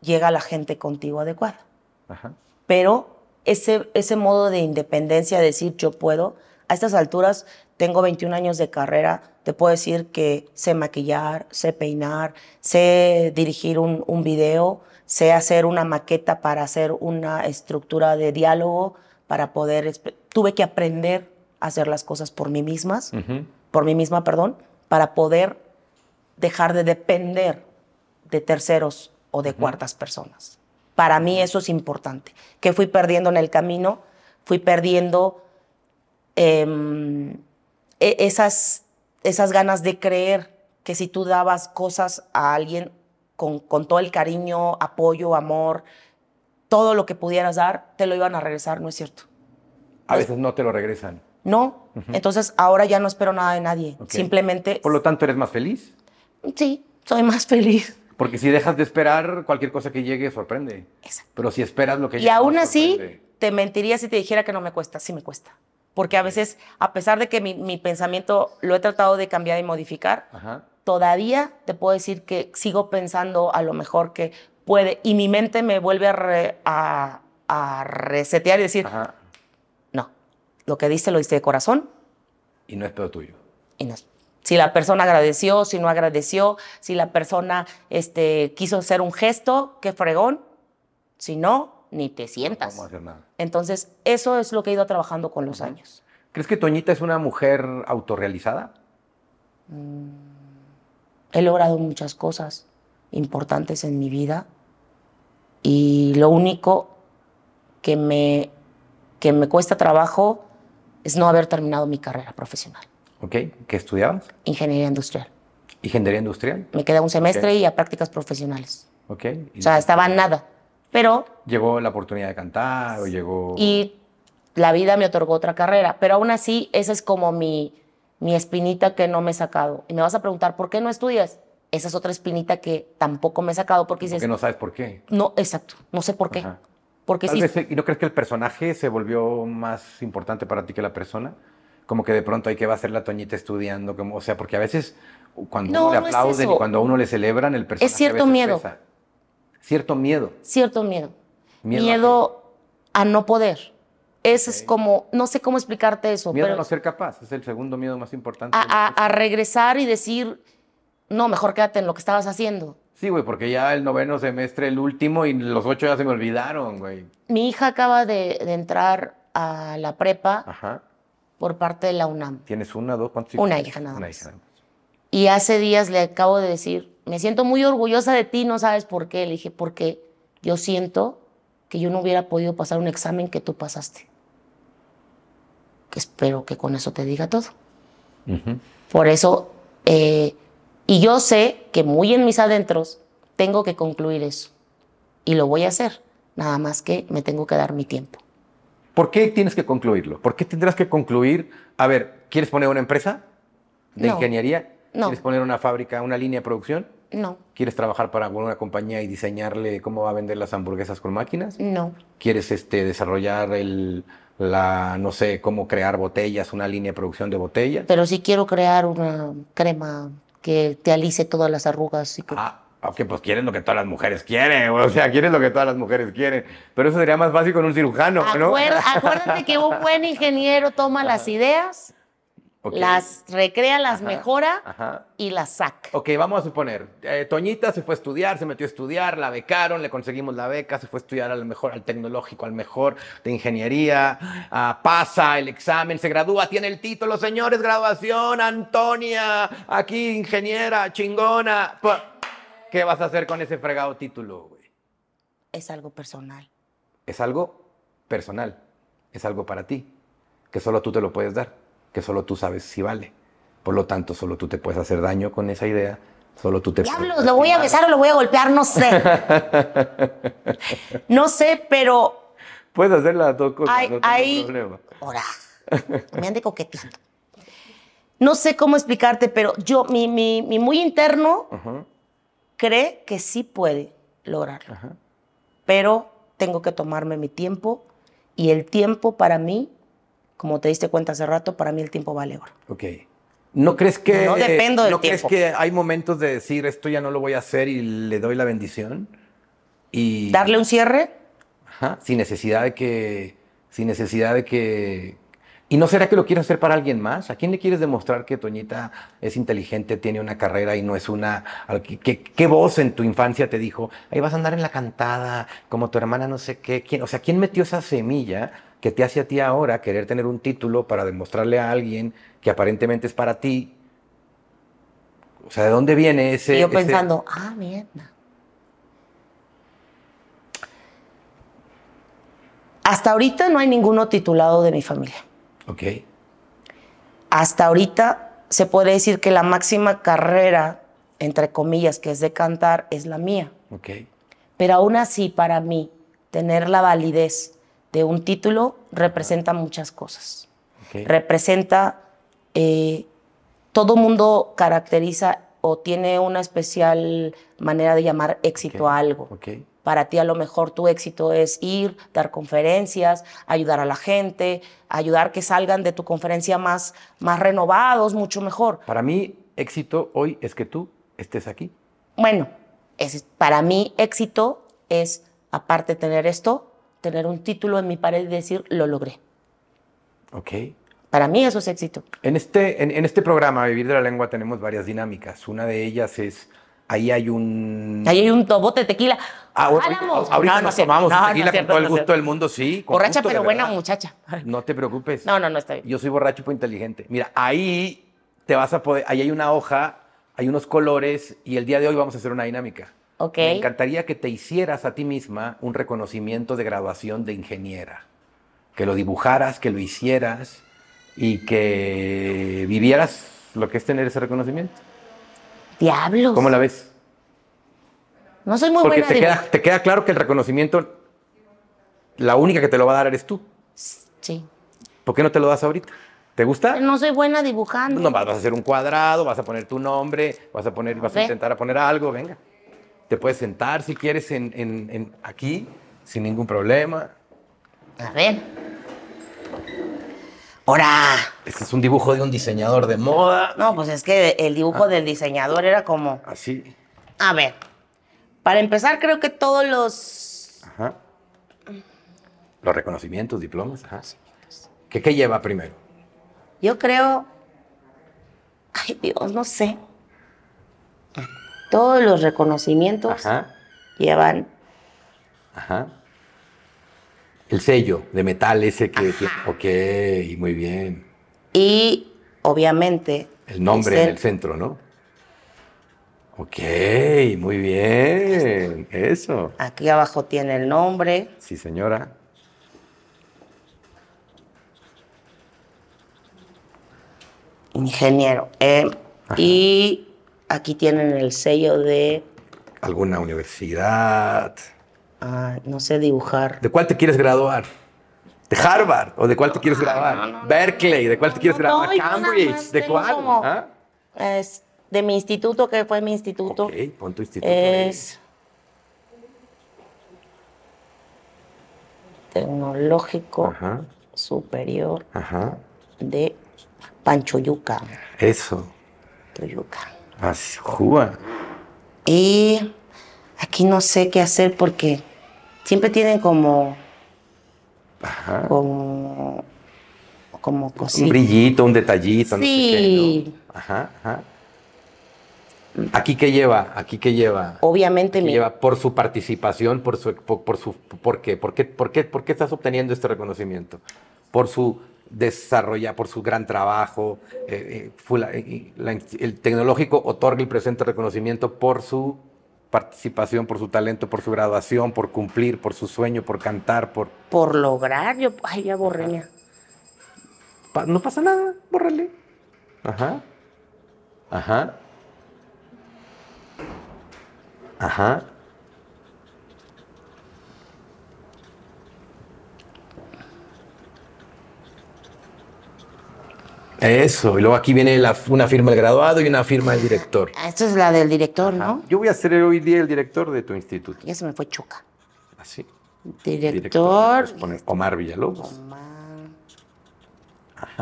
A: llega la gente contigo adecuada.
B: Ajá.
A: pero ese, ese modo de independencia, de decir yo puedo, a estas alturas tengo 21 años de carrera, te puedo decir que sé maquillar, sé peinar, sé dirigir un, un video, sé hacer una maqueta para hacer una estructura de diálogo, para poder... exp- Tuve que aprender a hacer las cosas por mí mismas,
B: Ujú.
A: por mí misma, perdón, para poder dejar de depender de terceros o de cuartas personas. Para mí eso es importante. Que fui perdiendo en el camino, fui perdiendo em, e- esas, esas ganas de creer que si tú dabas cosas a alguien con, con todo el cariño, apoyo, amor, todo lo que pudieras dar, te lo iban a regresar, no es cierto.
B: A veces no te lo regresan.
A: No, entonces ahora ya no espero nada de nadie.
B: Ok.
A: Simplemente
B: Por lo tanto, eres más feliz.
A: Sí, soy más feliz.
B: Porque si dejas de esperar, cualquier cosa que llegue sorprende.
A: Exacto.
B: Pero si esperas lo que
A: Y
B: llega, no
A: aún así,
B: sorprende.
A: te mentiría si te dijera que no me cuesta, sí me cuesta. Porque a veces, a pesar de que mi, mi pensamiento lo he tratado de cambiar y modificar,
B: Ajá.
A: todavía te puedo decir que sigo pensando a lo mejor que puede, y mi mente me vuelve a, re- a- a resetear y decir,
B: Ajá.
A: no, lo que diste lo diste de corazón,
B: Y no es pedo tuyo.
A: y no- Si la persona agradeció, si no agradeció, si la persona este, quiso hacer un gesto, qué fregón. Si no, ni te
B: No
A: sientas.
B: vamos a hacer nada.
A: Entonces, eso es lo que he ido trabajando con los años.
B: ¿Crees que Toñita es una mujer autorrealizada?
A: He logrado muchas cosas importantes en mi vida y lo único que me, que me cuesta trabajo es no haber terminado mi carrera profesional,
B: ¿Ok? ¿Qué estudiabas?
A: ingeniería industrial.
B: Ingeniería industrial.
A: Me queda un semestre y a prácticas profesionales.
B: ¿Ok? Y
A: O sea, estaba nada. Pero
B: Llegó la oportunidad de cantar o llegó...
A: y la vida me otorgó otra carrera. Pero aún así, esa es como mi, mi espinita que no me he sacado. Y me vas a preguntar, ¿por qué no estudias? Esa es otra espinita que tampoco me he sacado porque dices,
B: Porque no sabes por qué.
A: no, exacto, no sé por qué.
B: Ajá.
A: Porque
B: Tal
A: sí,
B: vez, ¿Y no crees que el personaje se volvió más importante para ti que la persona? Como que de pronto hay que va a ser la Toñita estudiando, como, o sea, porque a veces cuando
A: No,
B: uno le
A: no es
B: aplauden y
A: eso.
B: cuando a uno le celebran, el personaje a
A: cierto
B: veces
A: miedo.
B: pesa. Cierto miedo.
A: cierto miedo.
B: Miedo
A: Miedo,
B: a
A: a, no poder. Eso es como, no sé cómo explicarte eso,
B: Miedo
A: pero Ah,
B: a no ser capaz, es el segundo miedo más importante.
A: a- a- a regresar y decir, no, mejor quédate en lo que estabas haciendo.
B: Sí, güey, porque ya el noveno semestre, el último, y los ocho ya se me olvidaron, güey.
A: Mi hija acaba de, de entrar a la prepa
B: Ajá.
A: por parte de la UNAM.
B: ¿Tienes una, dos, cuántos
A: Una
B: tienes?
A: hija nada
B: Una
A: más.
B: hija nada más.
A: Y hace días le acabo de decir, me siento muy orgullosa de ti, no sabes por qué. Le dije, porque yo siento que yo no hubiera podido pasar un examen que tú pasaste. Que espero que con eso te diga todo.
B: Ujú.
A: Por eso, eh, y yo sé que muy en mis adentros tengo que concluir eso. Y lo voy a hacer. Nada más que me tengo que dar mi tiempo.
B: ¿Por qué tienes que concluirlo? ¿Por qué tendrás que concluir? A ver, ¿quieres poner una empresa de
A: No.
B: ingeniería?
A: No.
B: ¿Quieres poner una fábrica, una línea de producción?
A: No,
B: ¿Quieres trabajar para alguna compañía y diseñarle cómo va a vender las hamburguesas con máquinas?
A: no,
B: ¿Quieres este, desarrollar el, la, no sé, cómo crear botellas, una línea de producción de botellas?
A: pero sí quiero crear una crema que te alice todas las arrugas y que
B: Ah, ok, pues quieres lo que todas las mujeres quieren, güey, o sea, quieres lo que todas las mujeres quieren. Pero eso sería más fácil con un cirujano, ¿no?
A: Acuer- acuérdate que un buen ingeniero toma las ideas,
B: Ok,
A: las recrea, las
B: Ajá,
A: mejora
B: Ajá.
A: y las saca.
B: Ok, vamos a suponer, eh, Toñita se fue a estudiar, se metió a estudiar, la becaron, le conseguimos la beca, se fue a estudiar al mejor, al tecnológico, al mejor de ingeniería, ah, pasa el examen, se gradúa, tiene el título, señores, graduación, Antonia, aquí ingeniera, chingona. Pa- ¿Qué vas a hacer con ese fregado título, güey?
A: Es algo personal.
B: es algo personal, es algo para ti, que solo tú te lo puedes dar, que solo tú sabes si vale. Por lo tanto, solo tú te puedes hacer daño con esa idea, solo tú te puedes
A: Diablos, lo voy a
B: lastimar.
A: besar o lo voy a golpear, no sé. No sé, pero
B: Puedes hacer las dos cosas,
A: Ay,
B: no tengo
A: ay.
B: problema.
A: Ahora, me ande coqueteando. No sé cómo explicarte, pero yo, mi, mi, mi muy interno
B: Ajá,
A: cree que sí puede lograrlo.
B: ajá.
A: Pero tengo que tomarme mi tiempo y el tiempo para mí, como te diste cuenta hace rato, para mí el tiempo vale oro.
B: Ok. ¿No crees que,
A: No dependo del
B: ¿no crees
A: tiempo.
B: que hay momentos de decir esto ya no lo voy a hacer y le doy la bendición? Y,
A: Darle un cierre,
B: Ajá, sin necesidad de que. Sin necesidad de que. ¿Y no será que lo quieres hacer para alguien más? ¿A quién le quieres demostrar que Toñita es inteligente, tiene una carrera y no es una. al- ¿Qué, qué- qué voz en tu infancia te dijo? Ahí vas a andar en la cantada, como tu hermana no sé qué. ¿Quién, o sea, ¿quién metió esa semilla que te hace a ti ahora querer tener un título para demostrarle a alguien que aparentemente es para ti? O sea, ¿de dónde viene ese.
A: y yo
B: ese-
A: pensando, ah, mierda. Hasta ahorita no hay ninguno titulado de mi familia.
B: Ok.
A: hasta ahorita se puede decir que la máxima carrera, entre comillas, que es de cantar, es la mía.
B: Ok.
A: Pero aún así, para mí, tener la validez de un título representa muchas cosas.
B: Ok.
A: Representa, eh, todo mundo caracteriza o tiene una especial manera de llamar éxito
B: Ok.
A: a algo.
B: Ok.
A: Para ti a lo mejor tu éxito es ir, dar conferencias, ayudar a la gente, ayudar que salgan de tu conferencia más, más renovados, mucho mejor.
B: Para mí, éxito hoy es que tú estés aquí.
A: Bueno, es, para mí éxito es, aparte de tener esto, tener un título en mi pared y decir, lo logré.
B: Ok.
A: Para mí eso es éxito.
B: En este, en, en este programa, Vivir de la Lengua, tenemos varias dinámicas. Una de ellas es, ahí hay un...
A: Ahí hay un tobote de tequila.
B: Ah, ahor-
A: Álamos.
B: ahorita
A: No, no
B: nos
A: es cierto.
B: tomamos un
A: No, no es
B: tequila con
A: cierto,
B: todo
A: no
B: el
A: es
B: gusto
A: cierto.
B: del mundo, sí. con
A: Borracha
B: gusto, de
A: pero buena
B: verdad.
A: muchacha.
B: No te preocupes.
A: No, no, no está bien.
B: Yo soy borracho pero inteligente. Mira, ahí te vas a poder... Ahí hay una hoja, hay unos colores y el día de hoy vamos a hacer una dinámica.
A: Ok.
B: Me encantaría que te hicieras a ti misma un reconocimiento de graduación de ingeniera. Que lo dibujaras, que lo hicieras y que vivieras lo que es tener ese reconocimiento.
A: Diablos.
B: ¿Cómo la ves?
A: No soy Pues, muy
B: Porque
A: buena.
B: te
A: adiv-
B: queda, te queda claro que el reconocimiento, la única que te lo va a dar eres tú.
A: Sí.
B: ¿Por qué no te lo das ahorita? ¿Te gusta?
A: No soy buena dibujando.
B: No, vas vas a hacer un cuadrado, vas a poner tu nombre, vas a poner, vas a
A: Ve.
B: intentar a poner algo, venga. Te puedes sentar si quieres en- en- en aquí, sin ningún problema.
A: A ver. ¡Hora!
B: Este es un dibujo de un diseñador de moda.
A: No, pues es que el
B: Ah.
A: dibujo del diseñador era como.
B: Así.
A: A ver. Para empezar, creo que todos los.
B: Ajá. Los reconocimientos, diplomas. Ajá. ¿Qué, qué lleva primero?
A: Yo creo. Ay, Dios, no sé. Todos los reconocimientos
B: Ajá.
A: llevan.
B: Ajá. El sello de metal ese que. tiene- Ok, muy bien.
A: Y obviamente.
B: El nombre
A: es
B: en el centro, ¿no? Ok, muy bien. Eso.
A: Aquí abajo tiene el nombre.
B: Sí, señora.
A: Ingeniero. ¿eh? Y aquí tienen el sello de.
B: ¿Alguna universidad?
A: ah, no sé dibujar.
B: ¿De cuál te quieres graduar? ¿De Harvard? ¿O de cuál te quieres graduar? ¿Berkeley? ¿De cuál te quieres
A: no,
B: graduar?
A: no, yo nada
B: ¿Cambridge?
A: más
B: ¿De
A: tengo
B: cuál?
A: como-
B: ¿Ah?
A: Es de mi instituto, que fue mi instituto.
B: Ok, pon tu instituto. ahí.
A: Es. Tecnológico
B: Ajá,
A: Superior
B: ajá.
A: de Panchoyuca.
B: Eso.
A: Toyuca.
B: Así, Cuba.
A: Y aquí no sé qué hacer porque siempre tienen como.
B: Ajá.
A: como. como
B: Un
A: cositas.
B: brillito, un detallito, no sé
A: Sí.
B: qué, ¿no? Ajá, ajá. ¿Aquí qué lleva? ¿Aquí qué lleva?
A: Obviamente
B: ¿Qué
A: mi.
B: lleva por su participación, por su, por, por su, ¿por qué? ¿Por qué, por qué, por qué estás obteniendo este reconocimiento? Por su desarrollar, por su gran trabajo, eh, eh, fula- eh, la- el tecnológico otorga el presente reconocimiento por su participación, por su talento, por su graduación, por cumplir, por su sueño, por cantar, por
A: por lograr. Yo. Ay, ya borré. mira.
B: Pa- no pasa nada, bórrale. Ajá. Ajá. Ajá. Eso, y luego aquí viene la- una firma del graduado y una firma del director.
A: Esta es la del director, ¿no?
B: Yo voy a ser hoy día el director de tu instituto. Ah,
A: Ya se me fue Chuca.
B: Así.
A: Director,
B: puedes poner Omar Villalobos.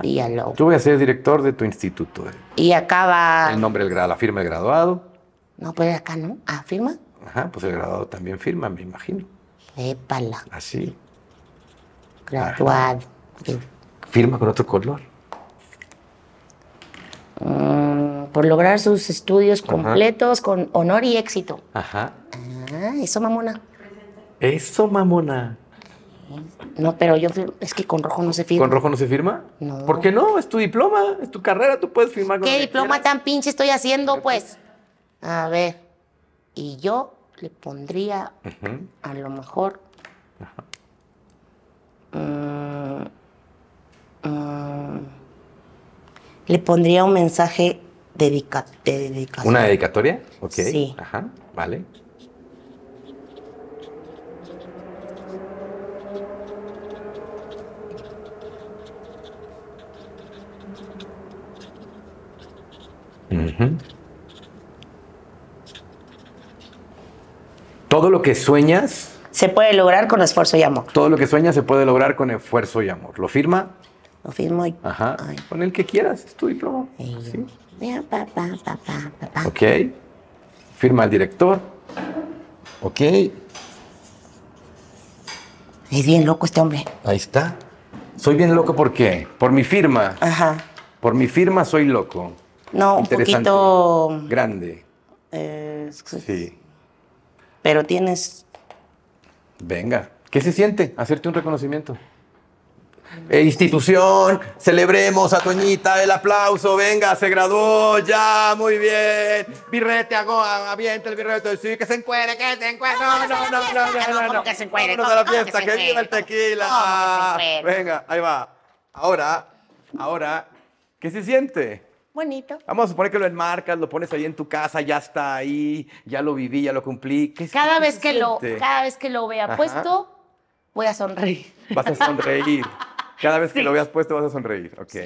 A: Dialog.
B: Yo voy a ser el director de tu instituto. eh.
A: Y acá
B: El
A: va.
B: nombre, del gra- la firma del graduado.
A: No, pero acá no. Ah, firma.
B: Ajá, pues el graduado también firma, me imagino.
A: Épala.
B: Así.
A: Graduado.
B: Firma con otro color.
A: Mm, por lograr sus estudios completos con honor y éxito.
B: Ajá.
A: Ah, eso, mamona.
B: Eso, mamona.
A: No, pero yo fir- es que con rojo no se firma.
B: ¿Con rojo no se firma?
A: No.
B: ¿Por qué no? Es tu diploma, es tu carrera, tú puedes firmar con lo
A: ¿Qué
B: que
A: diploma
B: quieras.
A: tan pinche estoy haciendo, pues? A ver. Y yo le pondría, a lo mejor. mm, mm, le pondría un mensaje dedica- de dedicación.
B: ¿Una dedicatoria? Ok.
A: Sí.
B: Ajá, vale. Ujú. Todo lo que sueñas
A: Se puede lograr con esfuerzo y amor.
B: Todo lo que sueñas se puede lograr con esfuerzo y amor. ¿Lo firma?
A: Lo firmo y.
B: Ajá.
A: Ay,
B: Con el que quieras, es tu diploma.
A: y yo,
B: ¿Ah, Sí.
A: mira, pa, pa, pa, pa, pa, pa.
B: Ok. Firma el director. Ok.
A: Es bien loco este hombre.
B: Ahí está. Soy bien loco, ¿por qué? Por mi firma.
A: Ajá.
B: Por mi firma soy loco.
A: No, un
B: Interesante.
A: poquito.
B: Grande.
A: eh,
B: Sí.
A: Pero tienes
B: Venga. ¿Qué se siente? Hacerte un reconocimiento. Eh, institución, celebremos a Toñita, el aplauso, venga, se graduó, ya, muy bien. Birrete, hago, avienta el birrete, sí, que se encuere, que se encuere. No, no, no, no, no, no, no.
A: ¿Cómo que se encuere?
B: Vámonos a la
A: ¿Cómo que
B: fiesta,
A: se
B: que viva
A: encuere?
B: el tequila. Ah,
A: ¿Cómo que se encuere?
B: Venga, ahí va. Ahora, ahora, ¿qué se siente?
A: bonito.
B: Vamos a suponer que lo enmarcas, lo pones ahí en tu casa, ya está ahí, ya lo viví, ya lo cumplí. ¿Qué-
A: Cada
B: qué
A: vez
B: se
A: que lo,
B: siente?
A: cada vez que lo vea
B: Ajá.
A: puesto, voy a sonreír.
B: Vas a sonreír. Cada vez que lo veas puesto vas a sonreír. Ok.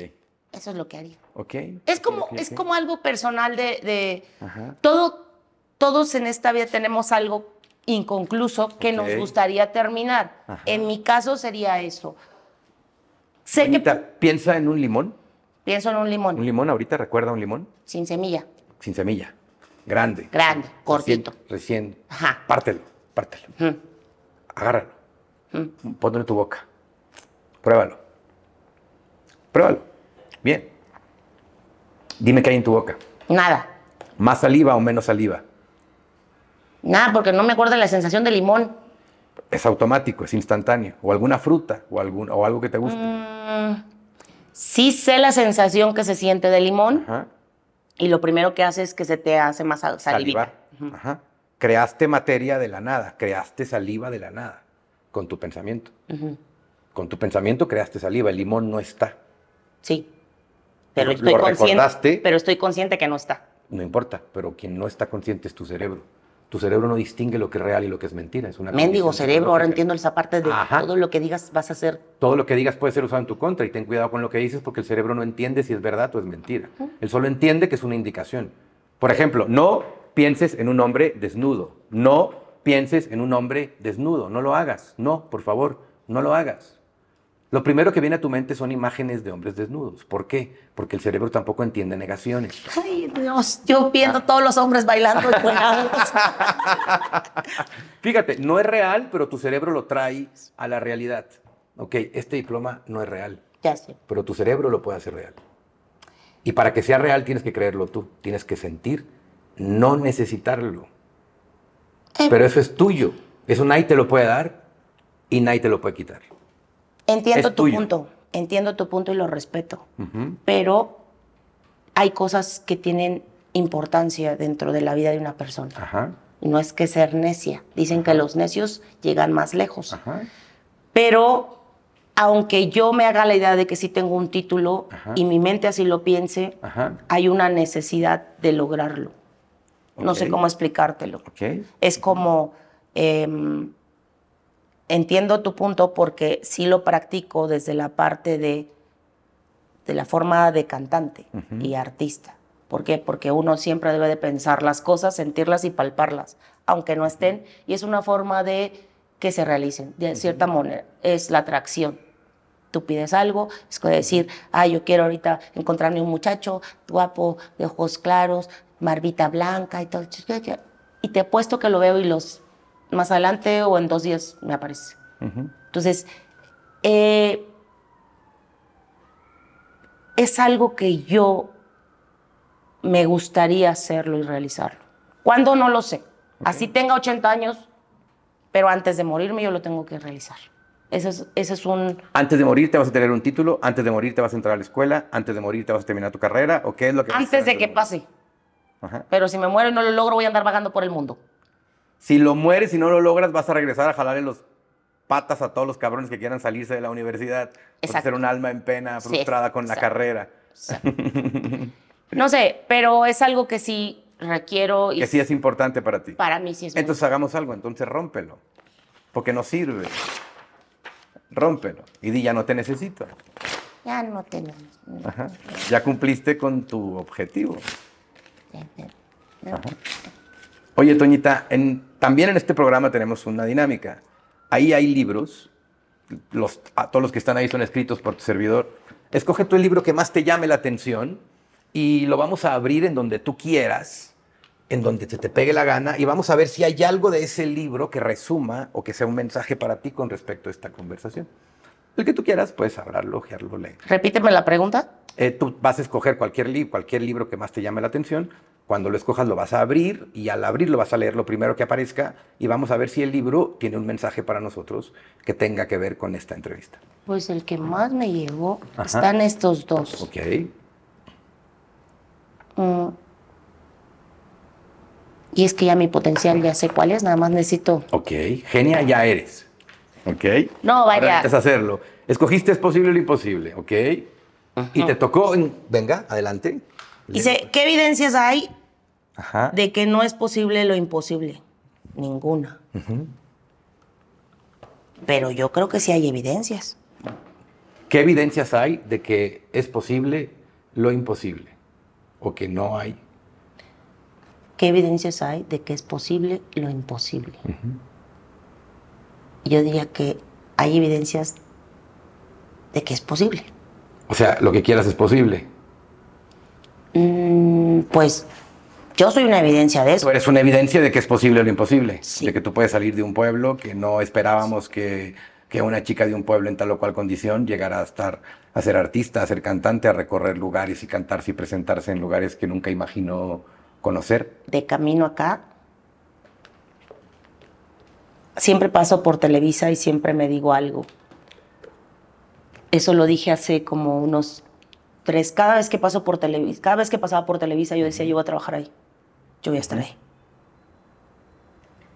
A: Eso es lo que haría.
B: Ok.
A: Es como,
B: Ok, ok,
A: es
B: ok.
A: como algo personal de, de
B: Ajá.
A: todo, todos en esta vida tenemos algo inconcluso que
B: Ok.
A: nos gustaría terminar.
B: Ajá.
A: En mi caso sería eso. Sé que
B: Anita, piensa en un limón.
A: pienso en un limón
B: Un limón ahorita, recuerda un limón
A: sin semilla,
B: sin semilla. Grande.
A: grande, cortito.
B: Recién. recién-
A: Ajá.
B: Pártelo, pártelo.
A: Ujú.
B: Agárralo. Ponlo en tu boca. Pruébalo. Pruébalo. Bien. Dime qué hay en tu boca.
A: Nada,
B: ¿Más saliva o menos saliva?
A: nada, porque no me acuerdo de la sensación de limón.
B: Es automático, es instantáneo. O alguna fruta o, algún, o algo que te guste.
A: Mm. Sí sé la sensación que se siente de limón
B: Ajá.
A: y lo primero que hace es que se te hace más sal- salivita.
B: Salivar. Ajá. Creaste materia de la nada, creaste saliva de la nada, con tu pensamiento. Con tu pensamiento creaste saliva, el limón no está,
A: Sí. Pero
B: Lo-
A: estoy
B: lo recordaste.
A: consciente, pero estoy consciente que no está.
B: no importa, pero quien no está consciente es tu cerebro. Tu cerebro no distingue lo que es real y lo que es mentira. Es una
A: Mendigo
B: condición
A: cerebro, ahora
B: psicológica.
A: entiendo esa parte de
B: Ajá.
A: todo lo que digas vas a hacer.
B: Todo lo que digas puede ser usado en tu contra y ten cuidado con lo que dices porque el cerebro no entiende si es verdad o es mentira. Él solo entiende que es una indicación. Por ejemplo, no pienses en un hombre desnudo. No pienses en un hombre desnudo. No lo hagas. No, por favor, no lo hagas. Lo primero que viene a tu mente son imágenes de hombres desnudos. ¿Por qué? Porque el cerebro tampoco entiende negaciones.
A: Ay, Dios, yo viendo
B: Ah.
A: todos los hombres bailando y cuenados.
B: Fíjate, no es real, pero tu cerebro lo trae a la realidad. Ok, este diploma no es real.
A: Ya sé.
B: pero tu cerebro lo puede hacer real. Y para que sea real tienes que creerlo tú, tienes que sentir, no necesitarlo.
A: Eh.
B: Pero eso es tuyo, eso nadie te lo puede dar y nadie te lo puede quitar.
A: Entiendo
B: Es
A: tu
B: tuyo.
A: punto, entiendo tu punto y lo respeto, pero hay cosas que tienen importancia dentro de la vida de una persona.
B: Ajá,
A: No es que ser necia. Dicen que los necios llegan más lejos.
B: ajá,
A: Pero aunque yo me haga la idea de que sí tengo un título
B: Ajá. Ah.
A: y mi mente así lo piense,
B: ajá.
A: hay una necesidad de lograrlo. No sé
B: Ok.
A: cómo explicártelo.
B: Ok,
A: Es como, em, entiendo tu punto porque sí lo practico desde la parte de de la forma de cantante y artista. ¿Por qué? Porque uno siempre debe de pensar las cosas, sentirlas y palparlas, aunque no estén, y es una forma de que se realicen, de cierta manera, es la atracción. Tú pides algo, es como decir, ah, yo quiero ahorita encontrarme un muchacho guapo, de ojos claros, barbita blanca y todo. Y te apuesto que lo veo y los más adelante o en dos días me aparece. Entonces, eh, es algo que yo me gustaría hacerlo y realizarlo. ¿Cuándo? No lo sé. Así tenga 80 años, pero antes de morirme yo lo tengo que realizar. Ese es, ese es un...
B: Antes de morir te vas a tener un título, antes de morir te vas a entrar a la escuela, antes de morir te vas a terminar tu carrera, o qué es lo que vas a hacer
A: Antes de que
B: morir?
A: pase.
B: Ajá.
A: Pero si me muero y no lo logro, voy a andar vagando por el mundo.
B: Si lo mueres y no lo logras, vas a regresar a jalarle los patas a todos los cabrones que quieran salirse de la universidad. Vas a
A: Exacto.
B: ser un alma en pena,
A: Sí,
B: frustrada con la
A: exacto.
B: carrera.
A: No sé, pero es algo que sí requiero y
B: Que sí es importante para ti.
A: para mí sí es muy-
B: Entonces hagamos algo, entonces rómpelo. Porque no sirve. Rómpelo. Y di, ya no te necesito.
A: Ya no tenemos.
B: Ajá. Ya cumpliste con tu objetivo. Ajá. Oye, Toñita, en- también en este programa tenemos una dinámica. Ahí hay libros. Los, a todos los que están ahí son escritos por tu servidor. Escoge tú el libro que más te llame la atención y lo vamos a abrir en donde tú quieras, en donde se te pegue la gana y vamos a ver si hay algo de ese libro que resuma o que sea un mensaje para ti con respecto a esta conversación. El que tú quieras, puedes hablarlo, ojearlo, leer.
A: Repíteme la pregunta.
B: Eh, tú vas a escoger cualquier, li- cualquier libro que más te llame la atención. Cuando lo escojas lo vas a abrir y al abrirlo vas a leer lo primero que aparezca y vamos a ver si el libro tiene un mensaje para nosotros que tenga que ver con esta entrevista.
A: Pues el que más me llegó
B: Ajá.
A: están estos dos.
B: ¿Ok?
A: Mm. Y es que ya mi potencial ya sé cuál es, nada más necesito.
B: Ok. Genia ya eres. ¿Ok?
A: No,
B: Ahora
A: vaya.
B: necesitas hacerlo. Escogiste es posible o lo imposible. ¿Ok? Y te tocó... en- Venga, adelante.
A: Dice, ¿qué evidencias hay
B: Ajá.
A: de que no es posible lo imposible? Ninguna. Pero yo creo que sí hay evidencias.
B: ¿Qué evidencias hay de que es posible lo imposible? ¿O que no hay?
A: ¿Qué evidencias hay de que es posible lo imposible? Yo diría que hay evidencias de que es posible.
B: O sea, lo que quieras es posible.
A: Mm, pues yo soy una evidencia de
B: Tú
A: eso.
B: eres una evidencia de que es posible lo imposible.
A: Sí.
B: De que tú puedes salir de un pueblo que no esperábamos que, que una chica de un pueblo en tal o cual condición llegara a estar a ser artista, a ser cantante, a recorrer lugares y cantarse y presentarse en lugares que nunca imaginó conocer.
A: De camino acá, siempre paso por Televisa y siempre me digo algo. Eso lo dije hace como unos tres. Cada vez que paso por Televisa, cada vez que pasaba por Televisa, yo decía, yo voy a trabajar ahí. Yo voy a estar ahí.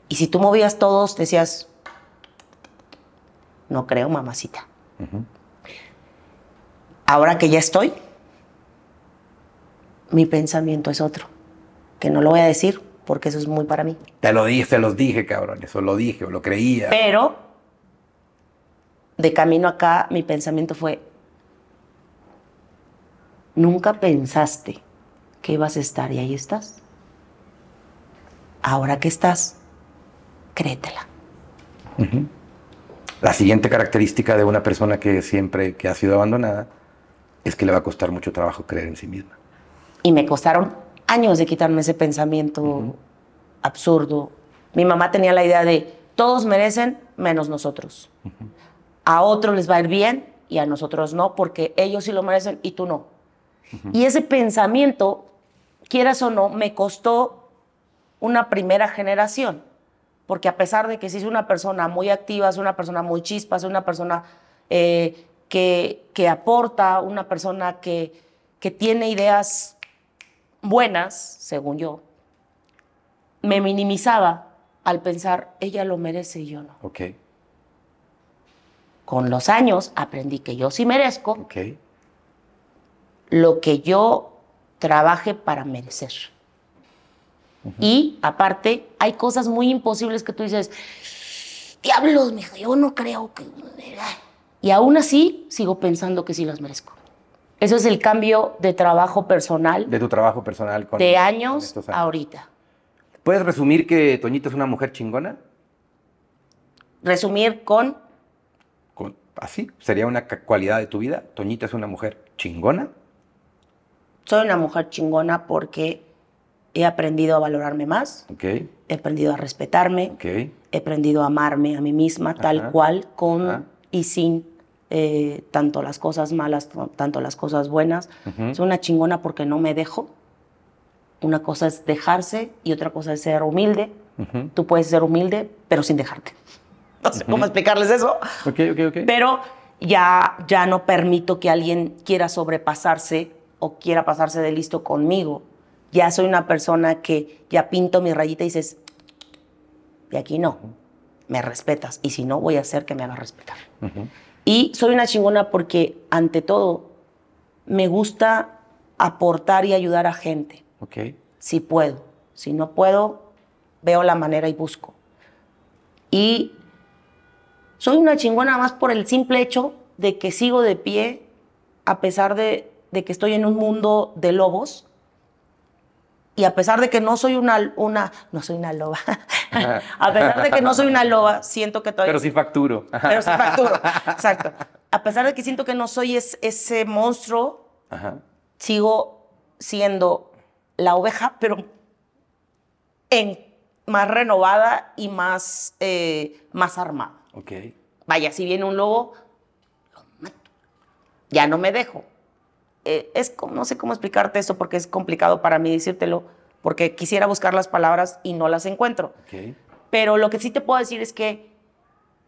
A: Y si tú movías todos, decías, no creo, mamacita. Ahora que ya estoy, mi pensamiento es otro. Que no lo voy a decir porque eso es muy para mí.
B: Te lo dije, se los dije, cabrones, o lo dije, o lo creía.
A: Pero de camino acá mi pensamiento fue, nunca pensaste que ibas a estar y ahí estás. Ahora que estás, créetela.
B: La siguiente característica de una persona que siempre que ha sido abandonada es que le va a costar mucho trabajo creer en sí misma.
A: Y me costaron años de quitarme ese pensamiento absurdo. Mi mamá tenía la idea de todos merecen menos nosotros. A otros les va a ir bien y a nosotros no, porque ellos sí lo merecen y tú no. Y ese pensamiento, quieras o no, me costó una primera generación. Porque a pesar de que sí es una persona muy activa, es una persona muy chispa, es una persona eh, que, que aporta, una persona que, que tiene ideas buenas, según yo, me minimizaba al pensar, ella lo merece y yo no.
B: Ok,
A: Con los años aprendí que yo sí merezco
B: ok.
A: lo que yo trabaje para merecer. Y aparte, hay cosas muy imposibles que tú dices, diablos, mija, yo no creo que... Y aún así sigo pensando que sí las merezco. Eso es el cambio de trabajo personal
B: De tu trabajo personal con.
A: de años
B: con estos
A: ahorita.
B: ¿Puedes resumir que Toñito es una mujer chingona?
A: Resumir con
B: Con- ¿Así? ¿Sería una ca- cualidad de tu vida? ¿Toñito es una mujer chingona?
A: soy una mujer chingona porque he aprendido a valorarme más,
B: Ok,
A: he aprendido a respetarme,
B: ok.
A: he aprendido a amarme a mí misma tal
B: Ajá,
A: cual, con
B: ajá.
A: y sin eh, tanto las cosas malas, t- tanto las cosas buenas.
B: Ujú.
A: Soy una chingona porque no me dejo. Una cosa es dejarse y otra cosa es ser humilde.
B: Ujú.
A: Tú puedes ser humilde, pero sin dejarte. No sé cómo explicarles eso,
B: Ok, ok, ok.
A: pero ya, ya no permito que alguien quiera sobrepasarse o quiera pasarse de listo conmigo. Ya soy una persona que ya pinto mi rayita y dices, de aquí no, me respetas. Y si no, voy a hacer que me haga respetar.
B: Ujú.
A: Y soy una chingona porque, ante todo, me gusta aportar y ayudar a gente
B: Ok.
A: si puedo. Si no puedo, veo la manera y busco. Y soy una chingona más por el simple hecho de que sigo de pie a pesar de, de que estoy en un mundo de lobos. Y a pesar de que no soy una, una no soy una loba. a pesar de que no soy una loba, siento que todavía
B: Pero sí facturo.
A: pero sí facturo. Exacto. A pesar de que siento que no soy es- ese monstruo,
B: Ajá.
A: sigo siendo la oveja, pero en, más renovada y más, eh, más armada.
B: Ok.
A: Vaya, si viene un lobo, lo mato. Ya no me dejo. Eh, es como- no sé cómo explicarte esto porque es complicado para mí decírtelo, porque quisiera buscar las palabras y no las encuentro.
B: Ok.
A: Pero lo que sí te puedo decir es que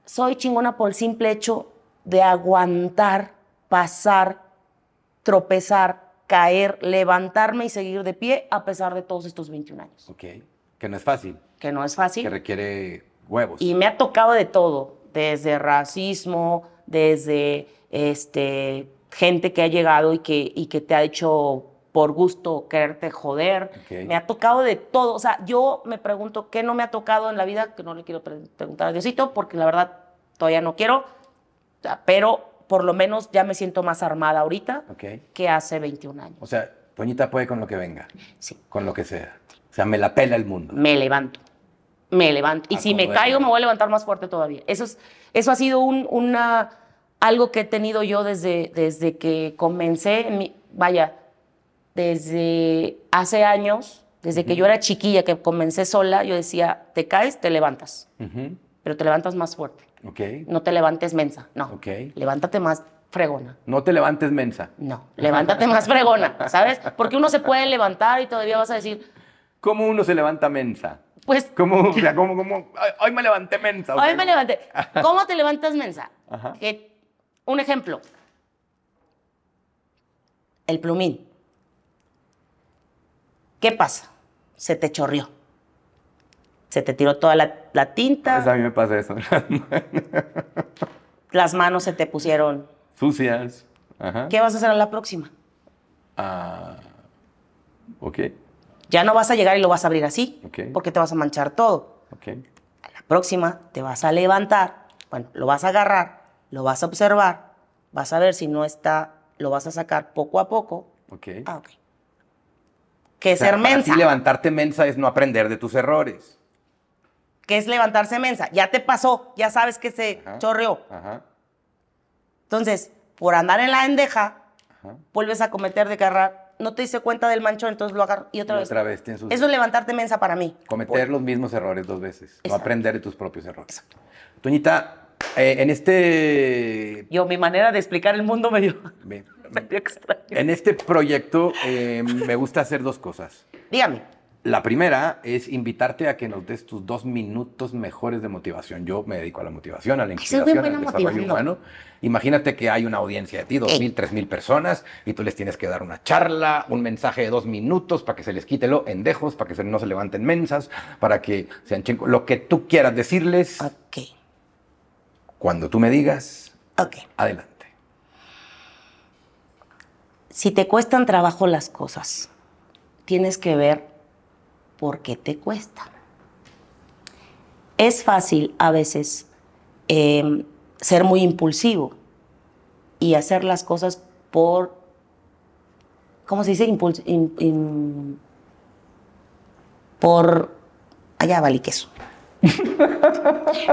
A: soy chingona por el simple hecho de aguantar, pasar, tropezar, caer, levantarme y seguir de pie a pesar de todos estos 21 años.
B: Ok. Que no es fácil.
A: Que no es
B: Que
A: fácil.
B: requiere huevos.
A: Y me ha tocado de todo, desde racismo, desde este, gente que ha llegado y que, y que te ha hecho por gusto quererte joder.
B: Ok.
A: Me ha tocado de todo. O sea, yo me pregunto qué no me ha tocado en la vida, que no le quiero pre- preguntar a Diosito, porque la verdad todavía no quiero, O sea, pero por lo menos ya me siento más armada ahorita
B: Ok.
A: que hace 21 años.
B: O sea, Toñita puede con lo que venga.
A: Sí.
B: Con lo que sea. O sea, me la pela el mundo.
A: me levanto. Me levanto. Y
B: Ah,
A: si me
B: como
A: caigo,
B: duerme.
A: me voy a levantar más fuerte todavía. Eso, es, eso ha sido un- una, algo que he tenido yo desde, desde que comencé, en mi- vaya, desde hace años, desde que yo era chiquilla, que comencé sola, yo decía, te caes, te levantas,
B: Ujú.
A: pero te levantas más fuerte.
B: Ok.
A: No te levantes mensa, no.
B: Ok.
A: Levántate más fregona.
B: No te levantes mensa.
A: No, levántate más fregona, ¿sabes? Porque uno se puede levantar y todavía vas a decir,
B: ¿Cómo uno se levanta mensa?
A: pues
B: ¿Cómo? O sea, ¿cómo, cómo? Ay, Hoy me levanté mensa. o
A: Hoy
B: sea,
A: me levanté. ¿Cómo te levantas mensa?
B: Ajá.
A: Que- un ejemplo. El plumín. ¿Qué pasa? Se te chorrió. Se te tiró toda la, la
B: Pues a
A: tinta,
B: mí me pasa eso.
A: las manos se te pusieron.
B: Sucias. Ajá.
A: ¿Qué vas a hacer a la próxima?
B: Ah, ok.
A: Ya no vas a llegar y lo vas a abrir así,
B: Ok.
A: porque te vas a manchar todo.
B: Ok.
A: La próxima te vas a levantar, bueno, lo vas a agarrar, lo vas a observar, vas a ver si no está, lo vas a sacar poco a poco.
B: Ok.
A: Ah, ok. Que
B: O sea,
A: ser
B: para
A: mensa,
B: ti levantarte mensa es no aprender de tus errores.
A: que es levantarse mensa. Ya te pasó, ya sabes que se
B: Ajá.
A: chorreó.
B: Ajá.
A: Entonces, por andar en la endeja,
B: Ajá.
A: vuelves a cometer de agarrar. No te diste cuenta del manchón, entonces lo agarro y otra
B: Y
A: vez.
B: otra vez te ensucias.
A: Eso es levantarte mensa para mí.
B: Cometer los mismos errores dos veces. No
A: Exacto.
B: aprender de tus propios errores. Toñita, eh, en este.
A: Yo, mi manera de explicar el mundo me dio,
B: me-
A: me dio extraño.
B: En este proyecto eh, me gusta hacer dos cosas.
A: Dígame.
B: La primera es invitarte a que nos des tus dos minutos mejores de motivación. Yo me dedico a la motivación, a la
A: soy
B: inspiración,
A: bien
B: al
A: buena
B: desarrollo
A: motivando.
B: humano. Imagínate que hay una audiencia de ti, dos
A: Ey.
B: mil, tres mil personas, y tú les tienes que dar una charla, un mensaje de dos minutos para que se les quite lo endejos, para que se- no se levanten mensas, para que sean chingo. Lo que tú quieras decirles,
A: Ok,
B: cuando tú me digas,
A: ok.
B: adelante.
A: Si te cuestan trabajo las cosas, tienes que ver por qué te cuesta. Es fácil a veces em, eh, ser muy impulsivo y hacer las cosas por ¿cómo se dice? Impuls- im- im- por... Allá valí queso.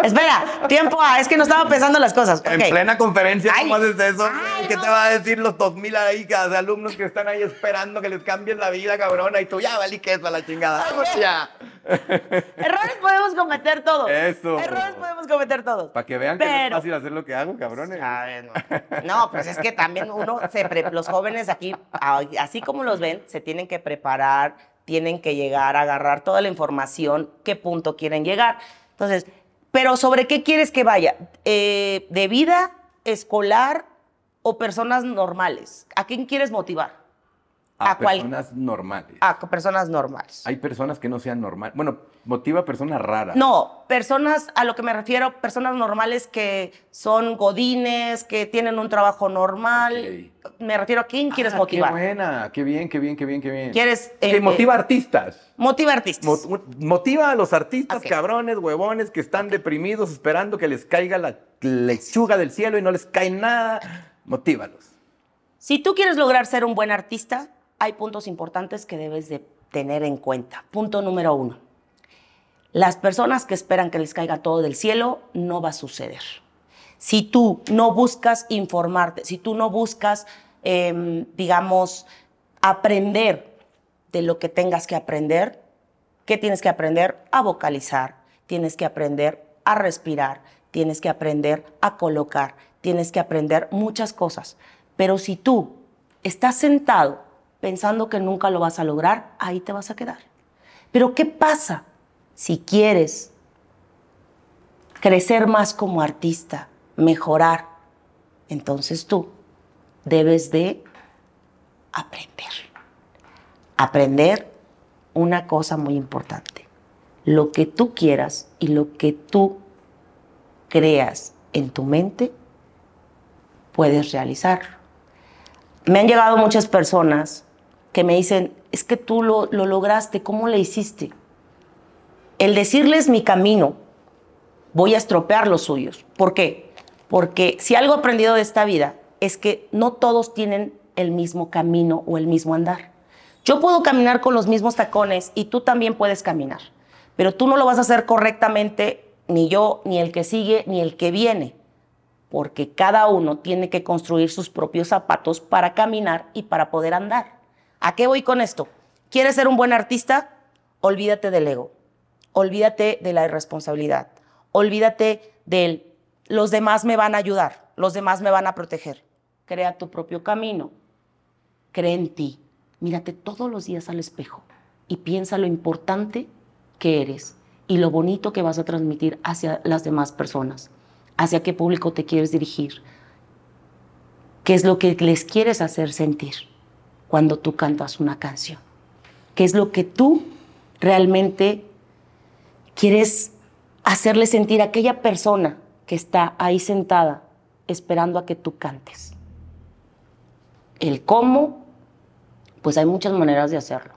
A: Espera, tiempo. ah, Es que no estaba pensando las cosas.
B: En
A: Ok.
B: plena conferencia,
A: Ay.
B: ¿cómo haces eso?
A: Ay,
B: ¿Qué
A: no.
B: te va a decir los 2000 ahí, cada- de alumnos que están ahí esperando que les cambien la vida, cabrona? Y tú, ya, valí que es a la chingada. Vamos ya.
A: Errores podemos cometer todos.
B: Eso.
A: Errores podemos cometer todos.
B: Para que vean que no es
A: Pero- pues,
B: fácil hacer lo que hago, cabrones.
A: A ver, no. No, pues es que también uno, se pre- los jóvenes aquí, a- así como los ven, se tienen que preparar, tienen que llegar, a agarrar toda la información, qué punto quieren llegar. Entonces, pero ¿sobre qué quieres que vaya? Eh, ¿De vida, escolar o personas normales? ¿A quién quieres motivar?
B: A,
A: ¿a cuál?
B: personas normales.
A: A personas normales.
B: Hay personas que no sean normales. Bueno, motiva a personas raras.
A: No, personas, a lo que me refiero, personas normales que son godines, que tienen un trabajo normal. Me refiero a quién quieres
B: Ah,
A: motivar.
B: Qué buena, qué bien, qué bien, qué bien, qué bien.
A: ¿Quieres, eh,
B: que
A: eh,
B: motiva a artistas.
A: Motiva artistas.
B: Mo- Motiva a los artistas
A: Ok.
B: cabrones, huevones, que están deprimidos esperando que les caiga la lechuga del cielo y no les cae nada. Motívalos.
A: si tú quieres lograr ser un buen artista, hay puntos importantes que debes de tener en cuenta. Punto número uno. Las personas que esperan que les caiga todo del cielo no va a suceder. Si tú no buscas informarte, si tú no buscas, em, digamos, aprender de lo que tengas que aprender, ¿qué tienes que aprender? A vocalizar, tienes que aprender a respirar, tienes que aprender a colocar, tienes que aprender muchas cosas. Pero si tú estás sentado pensando que nunca lo vas a lograr, ahí te vas a quedar. Pero ¿qué pasa si quieres crecer más como artista, mejorar? Entonces tú debes de aprender. Aprender una cosa muy importante. Lo que tú quieras y lo que tú creas en tu mente, puedes realizar. Me han llegado muchas personas que me dicen, es que tú lo, lo lograste, ¿cómo le hiciste? El decirles mi camino, voy a estropear los suyos. ¿Por qué? Porque si algo he aprendido de esta vida es que no todos tienen el mismo camino o el mismo andar. Yo puedo caminar con los mismos tacones y tú también puedes caminar, pero tú no lo vas a hacer correctamente, ni yo, ni el que sigue, ni el que viene, porque cada uno tiene que construir sus propios zapatos para caminar y para poder andar. ¿A qué voy con esto? ¿Quieres ser un buen artista? Olvídate del ego olvídate de la irresponsabilidad, olvídate del los demás me van a ayudar, los demás me van a proteger. Crea tu propio camino, cree en ti, mírate todos los días al espejo y piensa lo importante que eres y lo bonito que vas a transmitir hacia las demás personas, hacia qué público te quieres dirigir, qué es lo que les quieres hacer sentir cuando tú cantas una canción, qué es lo que tú realmente quieres hacerle sentir a aquella persona que está ahí sentada esperando a que tú cantes. El cómo, pues hay muchas maneras de hacerlo.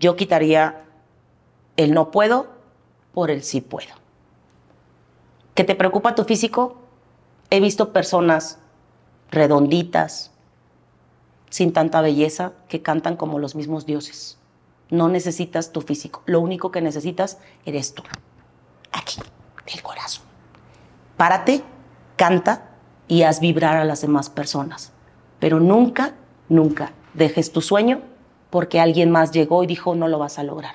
A: Yo quitaría el no puedo por el sí puedo. ¿Que te preocupa tu físico? He visto personas redonditas, sin tanta belleza, que cantan como los mismos dioses. No necesitas tu físico. Lo único que necesitas eres tú. Aquí, del corazón. Párate, canta y haz vibrar a las demás personas. Pero nunca, nunca dejes tu sueño porque alguien más llegó y dijo no lo vas a lograr.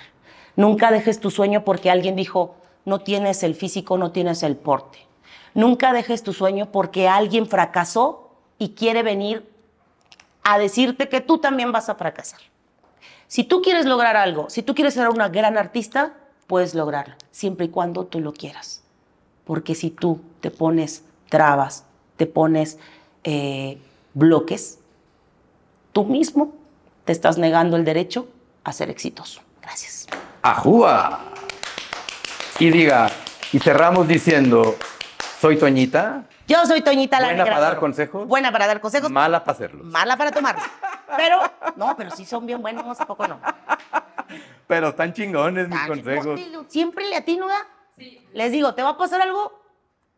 A: Nunca dejes tu sueño porque alguien dijo no tienes el físico, no tienes el porte. Nunca dejes tu sueño porque alguien fracasó y quiere venir a decirte que tú también vas a fracasar. Si tú quieres lograr algo, si tú quieres ser una gran artista, puedes lograrlo, siempre y cuando tú lo quieras. Porque si tú te pones trabas, te pones eh, bloques, tú mismo te estás negando el derecho a ser exitoso. Gracias.
B: Ajúa. Y diga, y cerramos diciendo, soy Toñita,
A: Yo soy Toñita la
B: Buena
A: Negra.
B: para dar consejos.
A: Buena para dar consejos.
B: mala para hacerlos.
A: Mala para tomar. Pero, no, pero sí son bien buenos, ¿a poco no?
B: Pero están chingones mis
A: Ah,
B: consejos.
A: no, Siempre le atino, ¿verdad? Les digo, ¿te va a pasar algo?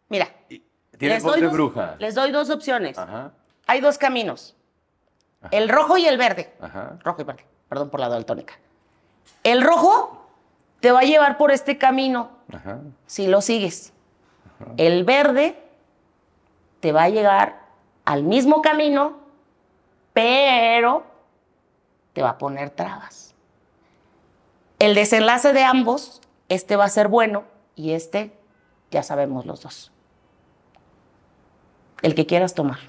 A: Mira,
B: Tienes
A: les
B: voz
A: doy
B: de
A: dos-
B: bruja.
A: Les doy dos opciones.
B: Ajá.
A: Hay dos caminos. El rojo y el verde.
D: Ajá.
A: Rojo y verde. Perdón por la daltónica. El rojo te va a llevar por este camino
D: Ajá.
A: si lo sigues. El verde te va a llegar al mismo camino, pero te va a poner trabas. El desenlace de ambos, este va a ser bueno y este ya sabemos los dos. El que quieras tomar.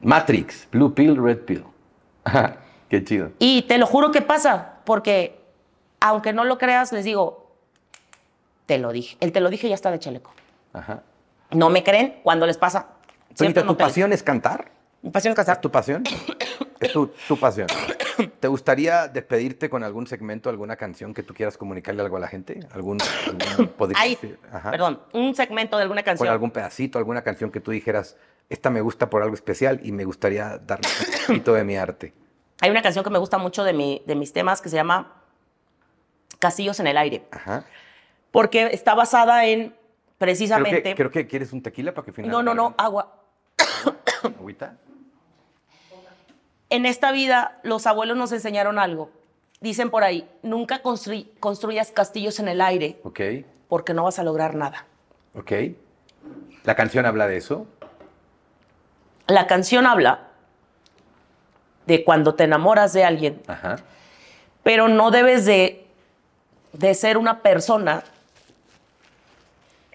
D: Matrix, Blue Pill, Red Pill. Qué chido.
A: Y te lo juro que pasa, porque aunque no lo creas, les digo, te lo dije. El te lo dije ya está de chaleco.
D: Ajá.
A: No me creen cuando les pasa. Siempre
B: Toñita,
A: no
B: ¿tu pasión es cantar?
A: Mi pasión es
B: ¿Es
A: casar.
B: tu pasión? Es tu, tu pasión. ¿Te gustaría despedirte con algún segmento, alguna canción que tú quieras comunicarle algo a la gente? ¿Algún, algún podría
A: Ay,
B: ser? Ajá.
A: perdón, un segmento de alguna
B: Con
A: canción.
B: algún pedacito, alguna canción que tú dijeras, esta me gusta por algo especial y me gustaría darle un poquito de mi arte.
A: Hay una canción que me gusta mucho de, mi, de mis temas que se llama Castillos en el aire,
B: Ajá.
A: porque está basada en
B: Creo
A: precisamente...
B: que, creo que quieres un tequila para que
A: no,
B: finalmente.
A: no, no, agua.
B: Agüita.
A: En esta vida los abuelos nos enseñaron algo. Dicen por ahí, nunca construy- construyas castillos en el aire
B: Ok,
A: porque no vas a lograr nada.
B: ok. La canción habla de eso.
A: La canción habla de cuando te enamoras de alguien,
B: Ajá.
A: pero no debes de, de ser una persona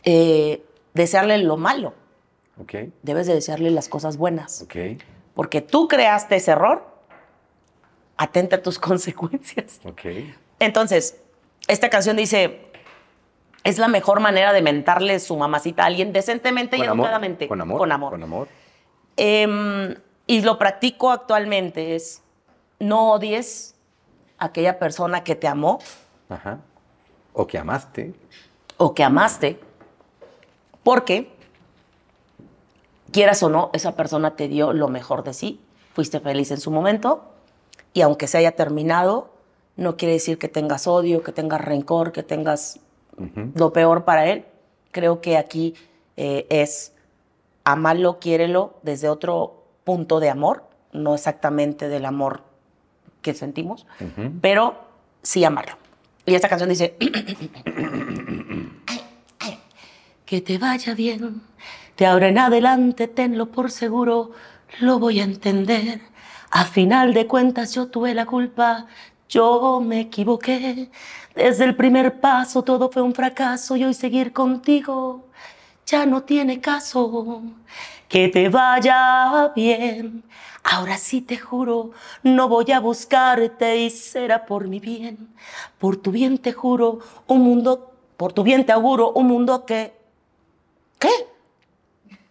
A: eh, desearle lo malo,
B: Ok,
A: debes de desearle las cosas buenas,
B: ok,
A: porque tú creaste ese error, atenta a tus consecuencias.
B: ok.
A: Entonces, esta canción dice, es la mejor manera de mentarle su mamacita a alguien decentemente y
B: Con amor,
A: educadamente.
B: Con amor.
A: Con amor.
B: Con amor.
A: Em, y lo practico actualmente, es no odies a aquella persona que te amó
B: Ajá. O que amaste.
A: o que amaste, porque quieras o no, esa persona te dio lo mejor de sí, fuiste feliz en su momento, y aunque se haya terminado, no quiere decir que tengas odio, que tengas rencor, que tengas lo peor para él. Creo que aquí eh, es amarlo, quiérelo desde otro punto de amor, no exactamente del amor que sentimos, pero sí amarlo. Y esta canción dice, Que te vaya bien. De ahora en adelante, tenlo por seguro, lo voy a entender. A final de cuentas, yo tuve la culpa, yo me equivoqué. Desde el primer paso todo fue un fracaso y hoy seguir contigo ya no tiene caso. Que te vaya bien. Ahora sí te juro, no voy a buscarte y será por mi bien. Por tu bien te juro, un mundo, por tu bien te auguro un mundo que ¿Qué?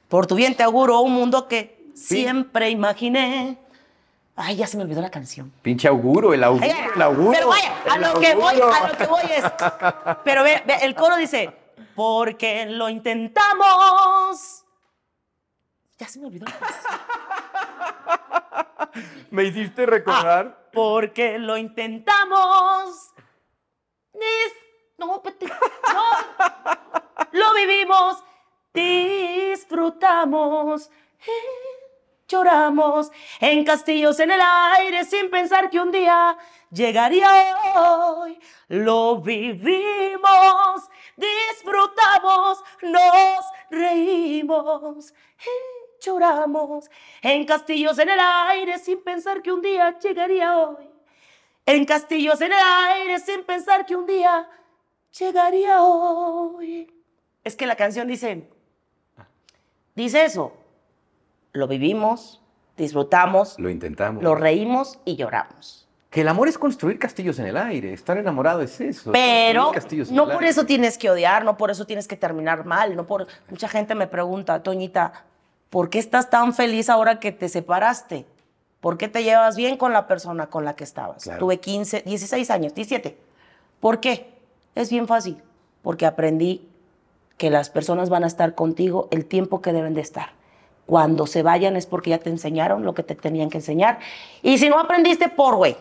A: Por tu bien te auguro un mundo que siempre imaginé. Ay, ya se me olvidó la canción.
B: Pinche auguro, el auguro, el auguro.
A: Pero vaya, a
B: el
A: lo que voy,
B: auguro.
A: a lo que voy es. Pero ve, ve, el coro dice, porque lo intentamos. Ya se me olvidó. la canción.
B: Me hiciste
A: Ah.
B: recordar.
A: Porque lo intentamos. Es- No, espérate, no. Lo vivimos, disfrutamos, y lloramos en castillos en el aire sin pensar que un día llegaría hoy. Lo vivimos, disfrutamos, nos reímos. y Lloramos en castillos en el aire sin pensar que un día llegaría hoy. En castillos en el aire sin pensar que un día llegaría hoy. Es que la canción dice, dice eso. Lo vivimos, disfrutamos,
B: Lo intentamos.
A: lo reímos y lloramos.
B: Que el amor es construir castillos en el aire. Estar enamorado es eso.
A: Pero
B: construir castillos en
A: no
B: el
A: por
B: aire.
A: eso tienes que odiar, no por eso tienes que terminar mal, no por mucha gente me pregunta, Toñita, ¿por qué estás tan feliz ahora que te separaste? ¿Por qué te llevas bien con la persona con la que estabas?
B: Claro.
A: Tuve 15, 16 años, 17. ¿Por qué? Es bien fácil, porque aprendí que las personas van a estar contigo el tiempo que deben de estar. Cuando se vayan es porque ya te enseñaron lo que te tenían que enseñar. Y si no aprendiste, por güey.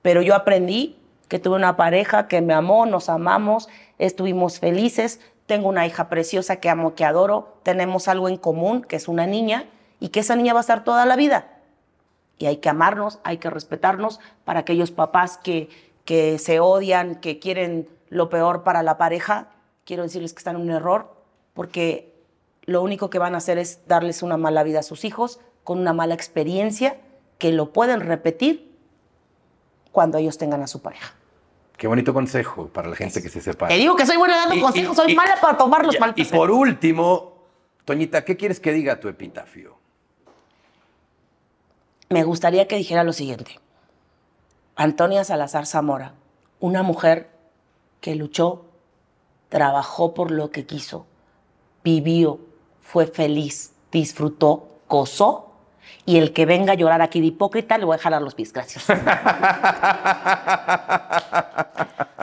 A: Pero yo aprendí que tuve una pareja que me amó, nos amamos, estuvimos felices, tengo una hija preciosa que amo, que adoro, tenemos algo en común, que es una niña, y que esa niña va a estar toda la vida. Y hay que amarnos, hay que respetarnos para aquellos papás que, que se odian, que quieren lo peor para la pareja. Quiero decirles que están en un error porque lo único que van a hacer es darles una mala vida a sus hijos con una mala experiencia que lo pueden repetir cuando ellos tengan a su pareja.
B: Qué bonito consejo para la gente que se separa.
A: Te digo que soy buena dando
B: Y-
A: consejos,
B: y-
A: soy
B: y-
A: mala para tomar los
B: Ya,
A: mal
B: Y por último, Toñita, ¿qué quieres que diga tu epitafio?
A: me gustaría que dijera lo siguiente. Antonia Salazar Zamora, una mujer que luchó, trabajó por lo que quiso, vivió, fue feliz, disfrutó, gozó, y el que venga a llorar aquí de hipócrita le voy a jalar los pies. Gracias.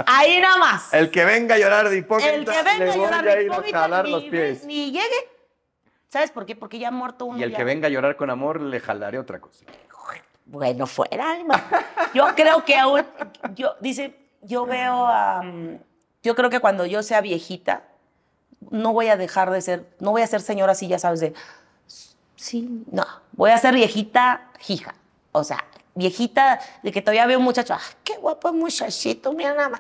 A: Ahí nada más.
D: El que venga a llorar de hipócrita,
A: El que venga
D: le
A: a
D: voy
A: llorar
D: a
A: de
D: ir a
A: hipócrita
D: jalar
A: ni,
D: los pies.
A: ni llegue. ¿Sabes por qué? Porque ya ha muerto uno.
D: Y el
A: ya.
D: que venga a llorar con amor, le jalaré otra cosa.
A: Bueno, fuera, alma. Yo creo que aún. Yo, dice, yo veo a. mm, Yo creo que cuando yo sea viejita, no voy a dejar de ser. No voy a ser señora así, ya sabes, de. Sí, no. Voy a ser viejita hija. O sea, viejita de que todavía veo un muchacho. ¡Ah, qué guapo el muchachito! Mira nada más.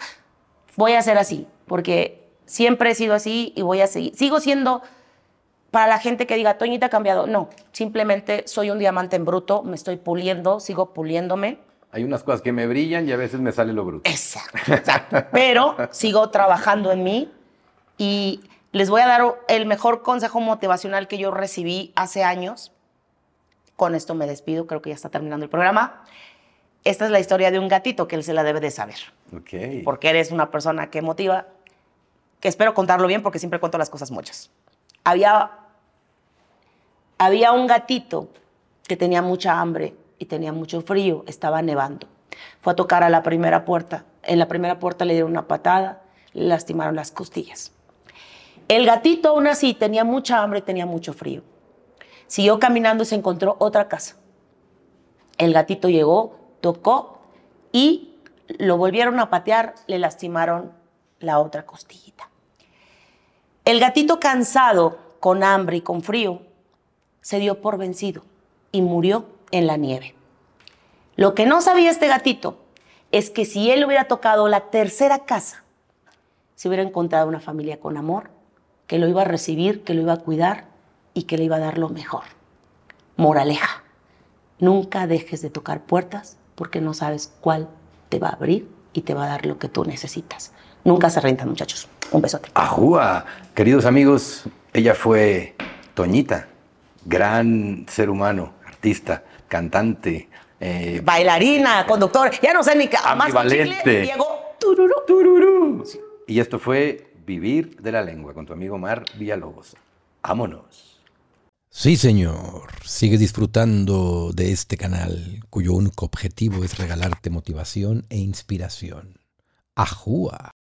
A: Voy a ser así, porque siempre he sido así y voy a seguir. Sigo siendo para la gente que diga, Toñita ha cambiado. No, simplemente soy un diamante en bruto, me estoy puliendo, sigo puliéndome.
B: Hay unas cosas que me brillan y a veces me sale lo bruto.
A: Exacto, exacto. Pero sigo trabajando en mí y les voy a dar el mejor consejo motivacional que yo recibí hace años. Con esto me despido, creo que ya está terminando el programa. Esta es la historia de un gatito que él se la debe de saber,
B: Ok.
A: porque eres una persona que motiva, que espero contarlo bien porque siempre cuento las cosas muchas. Había, había un gatito que tenía mucha hambre y tenía mucho frío, estaba nevando. Fue a tocar a la primera puerta. En la primera puerta le dieron una patada, le lastimaron las costillas. El gatito aún así tenía mucha hambre y tenía mucho frío. Siguió caminando y se encontró otra casa. El gatito llegó, tocó y lo volvieron a patear, le lastimaron la otra costillita. El gatito cansado, con hambre y con frío, se dio por vencido y murió en la nieve. Lo que no sabía este gatito es que si él hubiera tocado la tercera casa, se hubiera encontrado una familia con amor, que lo iba a recibir, que lo iba a cuidar y que le iba a dar lo mejor. Moraleja, nunca dejes de tocar puertas porque no sabes cuál te va a abrir y te va a dar lo que tú necesitas. Nunca se rentan, muchachos. Un besote.
B: Ajúa, queridos amigos, ella fue Toñita, gran ser humano, artista, cantante, eh,
A: bailarina, conductor, ya no sé ni qué. Más con chicle,
B: Ambivalente.
A: llegó. tururú.
B: Tururú. Y esto fue Vivir de la Lengua con tu amigo Mar Villalobos. Vámonos.
C: Sí, señor. Sigue disfrutando de este canal, cuyo único objetivo es regalarte motivación e inspiración. ¡Ajúa!